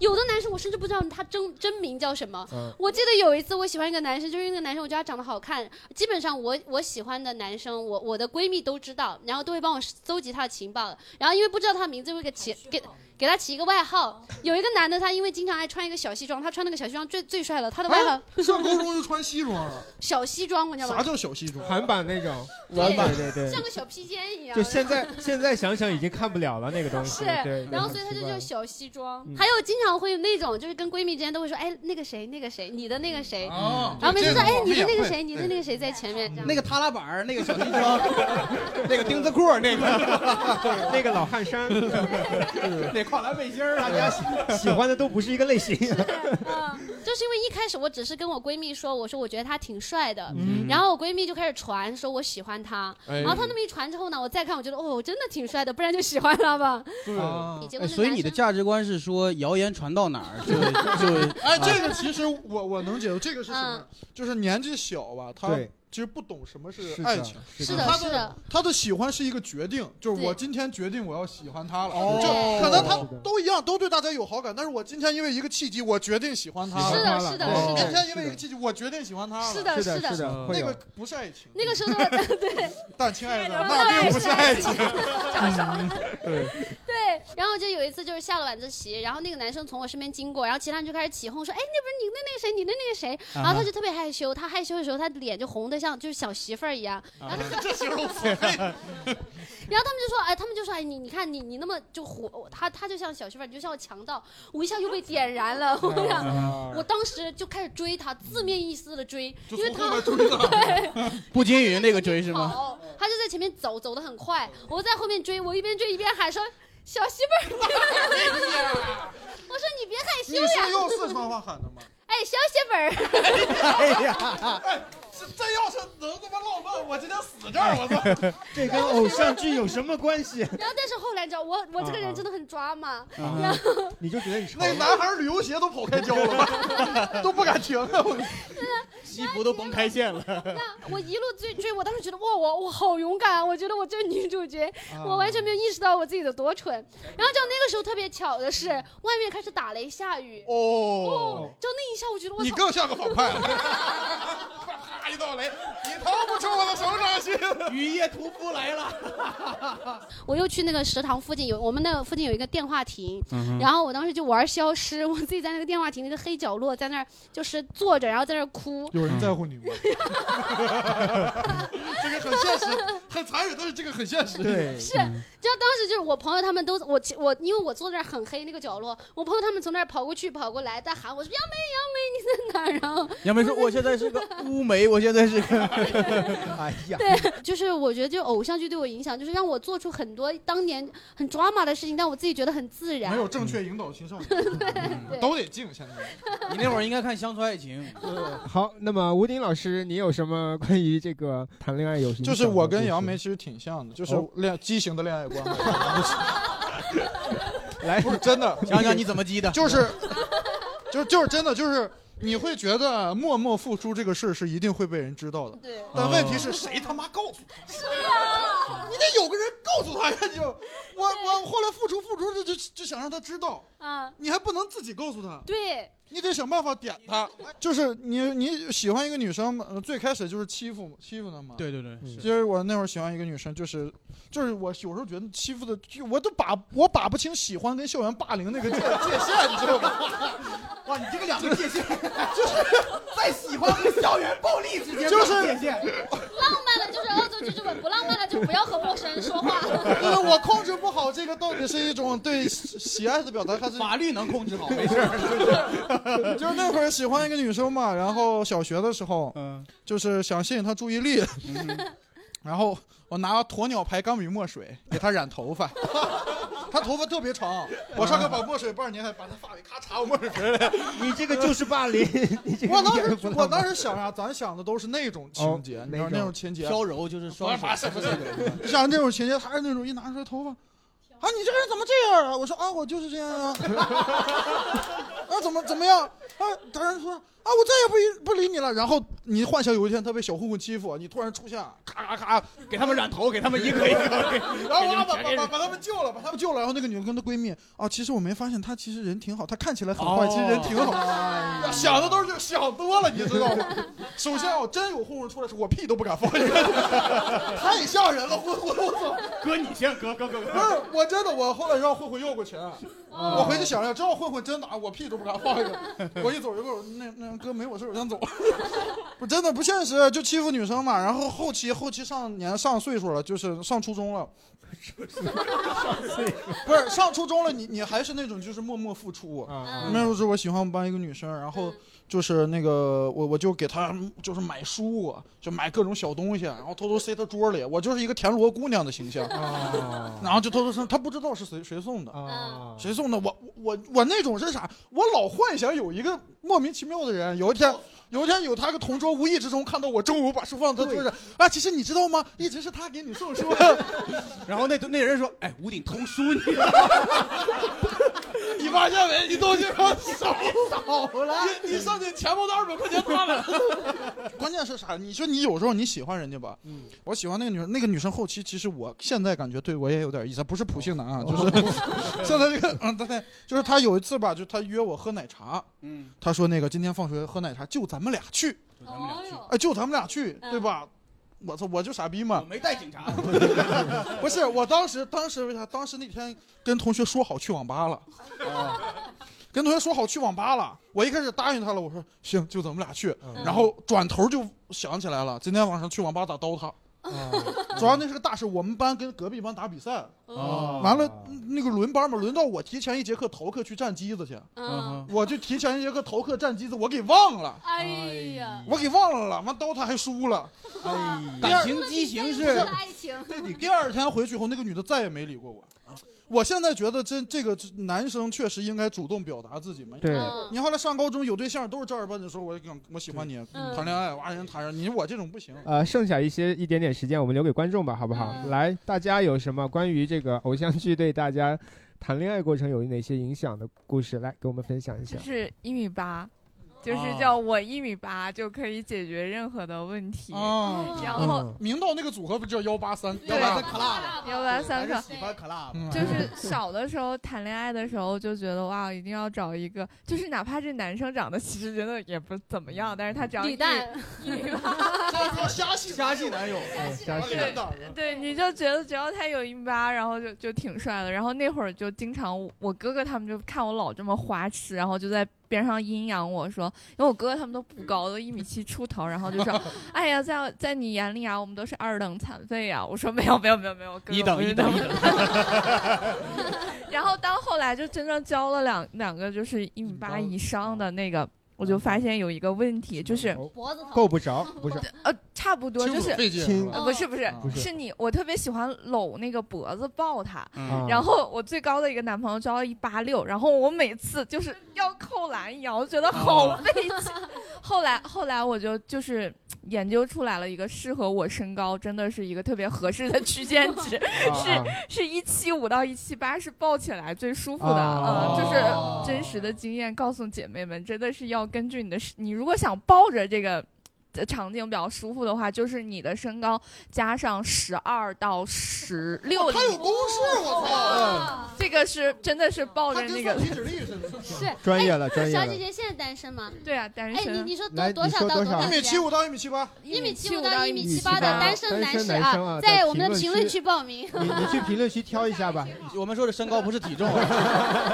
有的男生我甚至不知道他真真名叫什么。嗯我记得有一次我喜欢一个男生，就是那个男生我觉得他长得好看，基本上我我喜欢的男生，我我的闺蜜都知道，然后都会帮我搜集他的情报。然后因为不知道他名字，会给起给给他起一个外号。有一个男的，他因为经常爱穿一个小西装，他穿那个小西装最最帅了，他的外号啊上高中就穿西装了，小西装，你知道吗？啥叫小西装？啊韩版那种，韩版对对像对，个小披肩一样。就现在现在想想已经看不了了那个东西，是对，，然后所以他很奇就怪叫小西装嗯。还有经常会有那种，就是跟闺蜜之间都会说，哎，那个谁，那个谁，你的那个谁，哦然后每次说，这种哎，你的那我个们也谁，会嗯你的那个谁在前面，这样那个塌拉板儿，那个小西啊装，那个钉子裤儿，那个 [laughs] 那个老汉衫， [laughs] 那跨栏背心儿，啊大家喜欢的都不是一个 [laughs] 类型。 [laughs] 就是因为一开始我只是跟我闺蜜说，我说我觉得他挺帅的，嗯然后我闺蜜就开始传说我喜欢他，哎然后他那么一传之后呢，我再看我觉得哦，真的挺帅的，不然就喜欢他吧。啊结哎果那所以你的价值观是说谣言传到哪儿就 [laughs] 就哎，这啊个其实我我能解读，这个是什嗯么？就是年纪小吧，他对其实不懂什么是是的爱情，是的他是的他的喜欢是一个决定，就是对我今天决定我要喜欢他了，哦就可能他是的都一样，都对大家有好感，但是我今天因为一个契机，我决定喜欢他了，是的是的是的我今天因为一是的个契机，我决定喜欢他了， [laughs] 嗯是的是的是的是的会那有个不是爱情，那个时候的 [laughs] 我对。 [laughs] 但亲爱的，那并不是爱情，嗯 [laughs] [laughs] 对，然后就有一次就是下了晚自习，然后那个男生从我身边经过，然后其他人就开始起哄说：“哎，那不是你那那个谁，你那那个谁。”啊然后他就特别害羞，他害羞的时候，他脸就红的像就是小媳妇儿一样。 [laughs] 然后他就这形容词然后他们就说：“哎，他们就说哎，你你看你你那么就火，我他他就像小媳妇儿，你就像强盗。”我一下就被点燃了，我想，我当时就开始追他，字面意思的追，因为他 [laughs] 对。不均匀那个追 [laughs] 是吗？跑，哦他就在前面走，走得很快，我在后面追，我一边追一边喊说：“小媳妇儿！”我说：“你别害你羞呀！”是用四川话喊的吗？哎，小媳妇儿！哎呀，这这要是能他妈浪漫，我今天死这儿，我操！这跟偶像剧有什么关系？然后但是后来你知道，我我这个人真的很抓嘛，然后。你就觉得你丑那 [laughs] 男孩旅游鞋都跑开胶了，都不敢停了。我 [laughs] 啊西服都崩开线了。那我一路追追，我当时觉得哇，我我好勇敢啊！我觉得我就是女主角，啊我完全没有意识到我自己有多蠢。然后就那个时候特别巧的是，外面开始打雷下雨。哦，就那一下，我觉得我你操更像个反派啊了。啪一道雷，你逃不出我的手掌心。雨夜屠夫来了。 [laughs] 我又去那个食堂附近有我们那附近有一个电话亭，嗯哼然后我当时就玩消失，我自己在那个电话亭那个黑角落，在那儿就是坐着，然后在那儿哭。有人在乎你吗？ [laughs] 这个很现实，很残忍，但是这个很现实。对是，嗯嗯就当时就是我朋友他们都我我因为我坐那儿很黑那个角落，我朋友他们从那儿跑过去跑过来在喊我说杨梅杨梅 [laughs] 你在哪儿？然后杨梅说：“我现在是个乌梅，我现在是个……哎呀，对，就是我觉得就偶像剧对我影响，就是让我做出很多当年很 drama 的事情，但我自己觉得很自然。没有正确引导青少年，嗯都得静。现在你那会儿应该看《乡村爱情》。 [laughs] 好，那么吴丁老师，你有什么关于这个谈恋爱有什么？就是我跟杨梅其实挺像的，就是哦恋畸形的恋爱观。 [laughs] 来，不是真的，讲讲你怎么激的就是，就就是真的就是。你会觉得默默付出这个事儿是一定会被人知道的。对但问题哦是谁他妈告诉他？是啊，你得有个人告诉他呀！你就我我后来付出付出就就就想让他知道，啊，你还不能自己告诉他。对，你得想办法点他。就是你你喜欢一个女生，呃最开始就是欺负欺负她嘛。对对对，是就是我那会儿喜欢一个女生，就是就是我有时候觉得欺负的，就我都把我把不清喜欢跟校园霸凌那个界界限，你知道吗？哇，你这个两个界限，就是在喜欢和校园暴力之间就是没有界限。浪漫了就是恶作剧之吻，不浪漫了就不要和陌生人 [laughs] 说话。 [laughs] 就是我控制不好这个到底是一种对喜喜爱的表达，还是法律能控制好，没事。 [laughs] 就是那会儿喜欢一个女生嘛，然后小学的时候，嗯，就是想吸引她注意力，嗯 [laughs] 然后我拿鸵鸟牌钢笔墨水给她染头 [laughs] 发，她头发特别长，我上课把墨水瓣拧开，把她发尾咔嚓我墨水瓶来， [laughs] 你这个就是霸凌。你这个我当一点时都不浪漫我当时想啊，咱想的都是那种情节哦，你知道那那种种情节，飘柔就是双手不是不是不是不是像那种情节，还是那种一拿出来头发。啊，你这个人怎么这样啊？我说啊，我就是这样啊。 [laughs] 啊，怎么怎么样？啊，当然说啊，我再也不理不理你了。然后你幻想有一天他被小混混欺负，你突然出现，咔咔咔，给他们染头，给他们一个一个给然后啊哇把给把把你们全给染把他们救了，把他们救了。然后那个女的跟她闺蜜，哦，其实我没发现她其实人挺好，她看起来很坏，哦其实人挺好。哎呀想的都是想多了，你知道吗？ [laughs] 首先啊我真有混混出来时，我屁都不敢放， [laughs] 太吓人了，混混，我操！哥你先，哥哥哥哦不是，我真的，我后来让混混要过钱，啊我回去想想，真要混混真打，我屁都不敢放一个。我一走就跟我那那嗯哥没我事，我先走。 [laughs] 不真的不现实，就欺负女生嘛。然后后期后期上年上岁数了，就是上初中了。不是上初中了，你你还是那种就是默默付出。嗯那时候是我喜欢我们班一个女生，然后就是那个我我就给她就是买书，啊就买各种小东西，啊然后偷偷塞她桌里。我就是一个田螺姑娘的形象，哦然后就偷偷塞，她不知道是谁谁送的，嗯谁送的。我我我那种是啥？我老幻想有一个莫名其妙的人，有一哦天。有一天有他个同桌无意之中看到我中午把书放在他桌上，啊，其实你知道吗？一直是他给你送书， [laughs] 然后那那人说：“哎，屋顶通书你。” [laughs] 你发现没？你东西放少少了你你上去钱包的二百块钱花了。 [laughs] 关键是啥？你说你有时候你喜欢人家吧，我喜欢那个女生，那个女生后期其实我现在感觉对我也有点意思，不是普信男啊，就是 [laughs] 现在这个，嗯，对，就是她有一次吧，就她约我喝奶茶，嗯，她说那个今天放学喝奶茶就咱们俩去，哦哎，就咱们俩去，对吧？我操，我就傻逼嘛，没带警察，不是，我当时当时为啥？当时那天跟同学说好去网 [laughs] 吧了，啊跟同学说好去网吧了。我一开始答应他了，我说行，就咱们俩去。嗯然后转头就想起来了，今天晚上去网吧打 DOTA。主啊要那是个大事，我们班跟隔壁班打比赛，哦完了那个轮班嘛，轮到我提前一节课逃课去站机子去，嗯我就提前一节课逃课站机子，我给忘了，哎呀，我给忘了，完 DOTA 还输了，哎感情激情是爱情，第二天回去以后，那个女的再也没理过我。我现在觉得这这个男生确实应该主动表达自己嘛。对你后来上高中有对象都是正儿八经说，我想我喜欢你，嗯谈恋爱哇人谈上，你我这种不行。呃，剩下一些一点点时间，我们留给观众吧，好不好？来，大家有什么关于这个偶像剧对大家谈恋爱过程有哪些影响的故事？来，给我们分享一下就。是一米八，就是哦啊叫我一米八就可以解决任何的问题。哦然后嗯明道那个组合不叫幺八三，对八 club 幺八三还是克，喜欢 club 嗯就是小的时候谈恋爱的时候就觉得哇，一定要找一个，就是哪怕这男生长得其实真的也不怎么样，但是他只要李一诞一米八，虾系虾系男友，虾系男友对，你就觉得只要他有一米八，然后就就挺帅的。然后那会儿就经常我哥哥他们就看我老这么花痴，然后就在边上阴阳我说，因为我哥哥他们都不高，都一米七出头，然后就说，哎呀，在在你眼里啊，我们都是二等残废啊呀、我说没有没有没有没有，哥哥一等不是一等那么一等 [laughs] 然后当后来就真正交了两两个就是一米八以上的那个，我就发现有一个问题就是。脖子够不着，不是？呃，差不多亲就吻是费劲亲是吧呃不是不是不是是你，我特别喜欢搂那个脖子抱他嗯，然后我最高的一个男朋友交到一八六，然后我每次就是要扣篮一样，我觉得好哦费劲。后来后来我就就是研究出来了一个适合我身高，真的是一个特别合适的区间值，啊 [laughs] 是是一七五到一七八，是抱起来最舒服的。哦嗯，就是真实的经验告诉姐妹们，真的是要根据你的身，你如果想抱着这个。呃场景比较舒服的话，就是你的身高加上十二到十六，哦嗯他有公式，我操！这个是真的是抱着那个他跟算力指力是专业哎了专业小了姐姐现在单身吗？对啊，单哎，身你你说多来多你少说到多多少少？一米七五到一米七八，一米七一米七五五到到一一米米七七八八的单身单身士男生啊在在我们的评评论论区区报名。你你去评论区挑一下吧。 [laughs] 我们说的身高不是体重，啊 [laughs]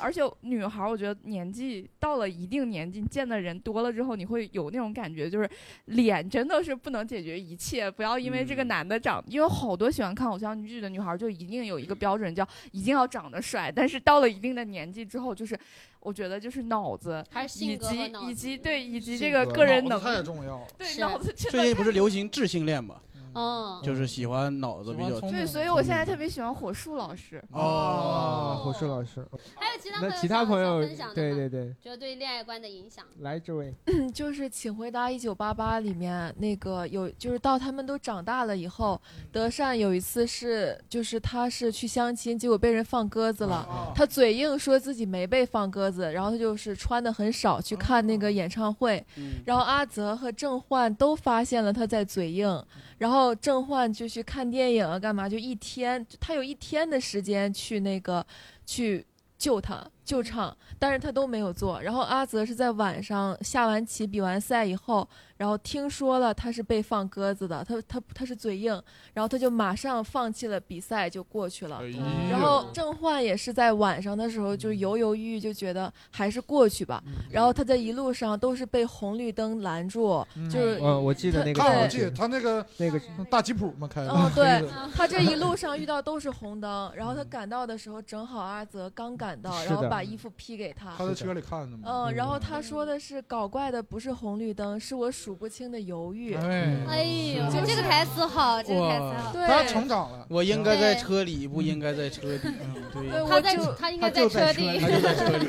而且女孩，我觉得年纪到了一定年纪，见的人多了之后，你会有那种感觉，就是脸真的是不能解决一切。不要因为这嗯个男的长，因为好多喜欢看偶像剧的女孩，就一定有一个标准，叫一定要长得帅。但是到了一定的年纪之后，就是我觉得就是脑子，还是以性格和及脑子以及对以及这个个人能哦太力，重要了。对脑 [laughs] 子真最近的不是流行智性恋吗？嗯就是喜欢脑子比较对，所以我现在特别喜欢火树老师。哦，火树老师。还有其他那朋友其他想朋友想分享的对吗对对觉得对恋爱观的影响。来这位， [clears throat] 就是《请回答一九八八》里面那个有，就是到他们都长大了以后，德善有一次是，就是他是去相亲，结果被人放鸽子了。他嘴硬说自己没被放鸽子，然后他就是穿的很少去看那个演唱会。然后阿泽和郑焕都发现了他在嘴硬，然后郑焕就去看电影啊，干嘛？就一天，他有一天的时间去那个去救他救场，但是他都没有做。然后阿泽是在晚上下完棋、比完赛以后，然后听说了他是被放鸽子的，他他他是嘴硬，然后他就马上放弃了比赛，就过去了。然后郑焕也是在晚上的时候就犹犹豫豫，就觉得还是过去吧。然后他在一路上都是被红绿灯拦住，就是嗯，我记得那个看我对记得他那个那个大吉普嘛开的。 [laughs] 嗯，对黑的他这一路上遇到都是红灯，然后他赶到的时候正好阿泽刚赶到，是然后的把衣服披给他。他在车里看的嘛。嗯，然后他说的是搞怪的不是红绿灯，是我数不清的犹豫。哎哎呦就，是这个台词好，哦这个台词好。对他成长了。我应该在车里，不应该在车底。对对，他我在就他应该在车里。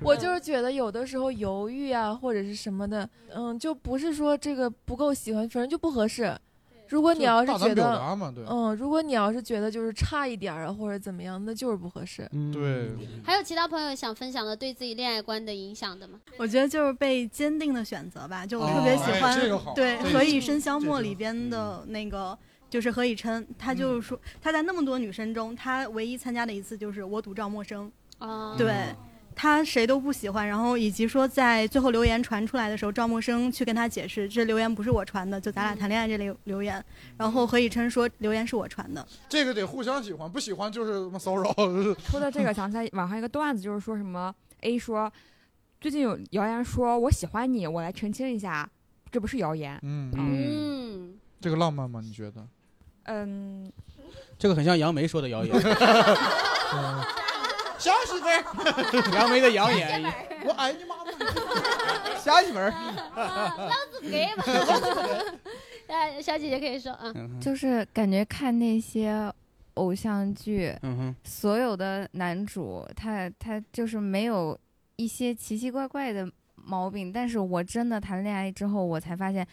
我就是觉得有的时候犹豫啊，或者是什么的，嗯，就不是说这个不够喜欢，反正就不合适。如果你要是就大胆觉表达得嘛对，嗯，如果你要是觉得就是差一点儿啊，或者怎么样，那就是不合适。嗯对，还有其他朋友想分享的对自己恋爱观的影响的吗？我觉得就是被坚定的选择吧，就我哦特别喜哎欢、这个好对《这个何好嗯以笙箫默》里边的那个。就是何以琛，他就是说、他在那么多女生中，他唯一参加的一次就是我独照陌生，啊对他谁都不喜欢，然后以及说在最后留言传出来的时候，赵默笙去跟他解释这留言不是我传的，就咱俩嗯谈恋爱这类留言，然后何以琛说留言是我传的，这个得互相喜欢，不喜欢就是他妈骚扰。 [laughs] 就是说到 [laughs] 这个，想起来网上一个段子，就是说什么 A 说，最近有谣言说我喜欢你，我来澄清一下，这不是谣言。嗯嗯嗯，这个浪漫吗？你觉得？嗯， [laughs] 这个很像杨梅说的谣言， [laughs] 小媳妇儿，杨梅的谣言。我 [laughs] 哎你妈妈，小媳妇儿，老子给吧。 [laughs] 哎，小姐姐可以说啊，嗯嗯就是感觉看那些偶像剧，嗯哼所有的男主他他就是没有一些奇奇怪怪的毛病，但是我真的谈恋爱之后，我才发现。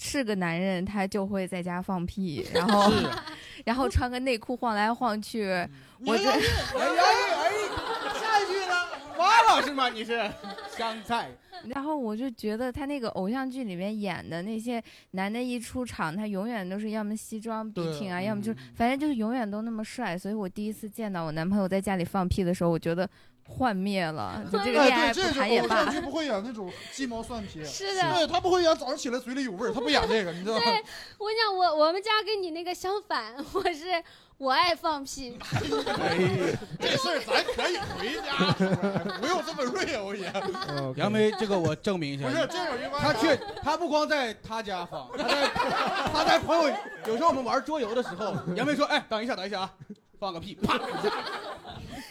是个男人，他就会在家放屁，然后，啊 [laughs] 然后穿个内裤晃来晃去。嗯我这，哎呀哎呀，下一句了，王老师吗？你是 [laughs] 香菜， [laughs] 然后我就觉得他那个偶像剧里面演的那些男的，一出场他永远都是要么西装笔挺啊，对要么嗯就是反正就是永远都那么帅。所以我第一次见到我男朋友在家里放屁的时候，我觉得幻灭了，就这个恋哎，爱对，不这谈是也偶罢 [laughs] 像剧。不会演那种鸡毛蒜皮。是的对他不会演早上起来嘴里有味儿，他不演这个，你知道吗？对， [laughs] 我想我我们家跟你那个相反，我是我爱放屁。 [laughs] [laughs] 这事儿咱可以回家说，没有这么锐啊，我也。哦杨梅，这个我证明一下。不是这种一般他确，他不光在他家放，他在他在朋友，[laughs] 有时候我们玩 [laughs] 桌游的时候，杨梅说：“哎，等一下，等一下啊，放个屁，啪一下。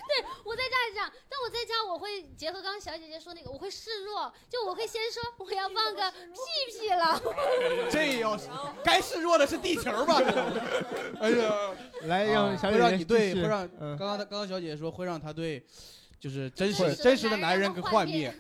对，我在家也这样，但我在家我会结合刚刚小姐姐说那个，我会示弱，就我会先说我要放个屁屁了。 [laughs] [laughs] 这要该示弱的是地球 [laughs] 吧？哎呀，来让小姐姐啊会让你对，继续会让嗯刚刚她刚刚小姐姐说会让她对，就是真实对真实的男人给幻灭。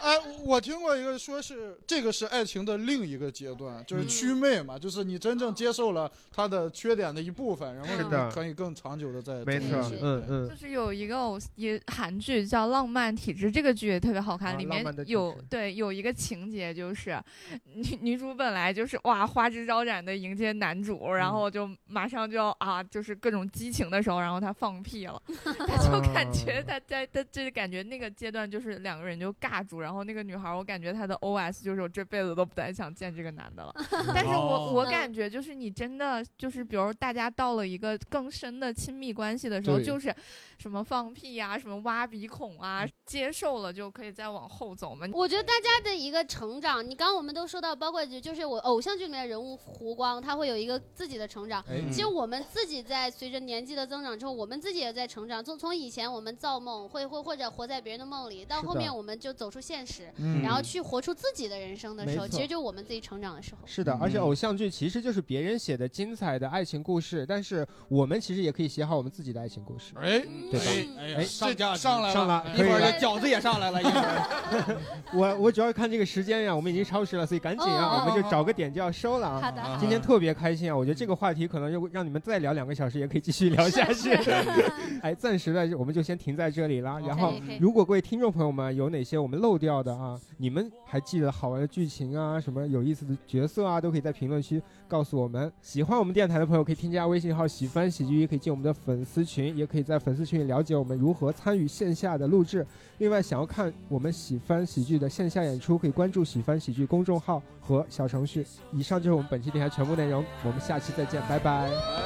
哎，我听过一个说是这个是爱情的另一个阶段，就是嗯祛魅嘛，就是你真正接受了他的缺点的一部分，然是后的你可以更长久的在没错在一起嗯嗯就是有一个偶也韩剧叫《浪漫体质》，这个剧也特别好看，啊里浪面漫的体有对有一个情节就是女女主本来就是哇花枝招展的迎接男主，嗯然后就马上就要啊就是各种激情的时候，然后他放屁 [laughs] 了，他就啊感觉他在他就是感觉那个阶段就是两个人就尬住，然后那个女孩我感觉她的 O S 就是我这辈子都不太想见这个男的 [laughs] 了，但是我我哦感觉就是你真的就是比如大家到了一个更深的亲密关系的时候，对就是什么放屁呀、什么挖鼻孔啊，接受了就可以再往后走嘛。我觉得大家的一个成长，你刚刚我们都说到，包括就就是我偶像剧里面的人物胡光，他会有一个自己的成长哎。其实我们自己在随着年纪的增长之后，我们自己也在成长。从从以前我们造梦，会或或者活在别人的梦里，到是的后面我们就走出现实嗯，然后去活出自己的人生的时候，没错其实就我们自己成长的时候。是的，嗯而且偶像剧其实就是别人写的精彩的爱情故事，但是我们其实也可以写好我们自己的爱情故事，哎对吧？哎哎，上这价值上了上了，一会儿可以了这饺子也上来 [laughs] 了，一会儿我我主要是看这个时间呀，我们已经超时了，所以赶紧哦哦啊，我们就哦找个点就要收了啊。好的好的今天特别开心啊，我觉得这个话题可能就让你们再聊两个小时，也可以继续聊下去是是。哎，暂时的我们就先停在这里啦。然后嗯哦可以可以，如果各位听众朋友们有哪些我们漏掉的啊，你们还记得好玩的剧情啊，什么有意思的角色啊，都可以在评论区告诉我们。喜欢我们电台的朋友可以添加微信号“喜欢喜剧”，也可以进我们的粉丝群，也可以在粉丝群里了解我们如何参与线下的录制。另外，想要看我们喜翻喜剧的线下演出，可以关注喜翻喜剧公众号和小程序。以上就是我们本期电台全部内容，我们下期再见，拜拜。哎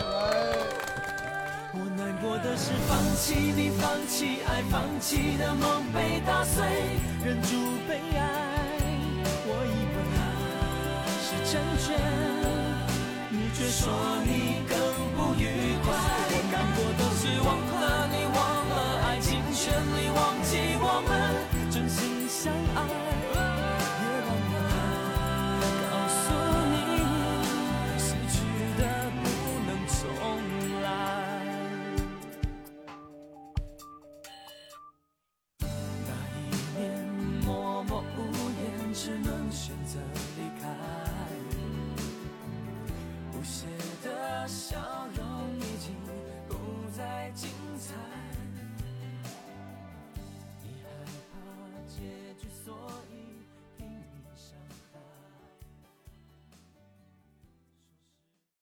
我难过的是放弃你，放弃爱，放弃的梦被打碎，忍住悲哀。我以为爱是成全，你却说你更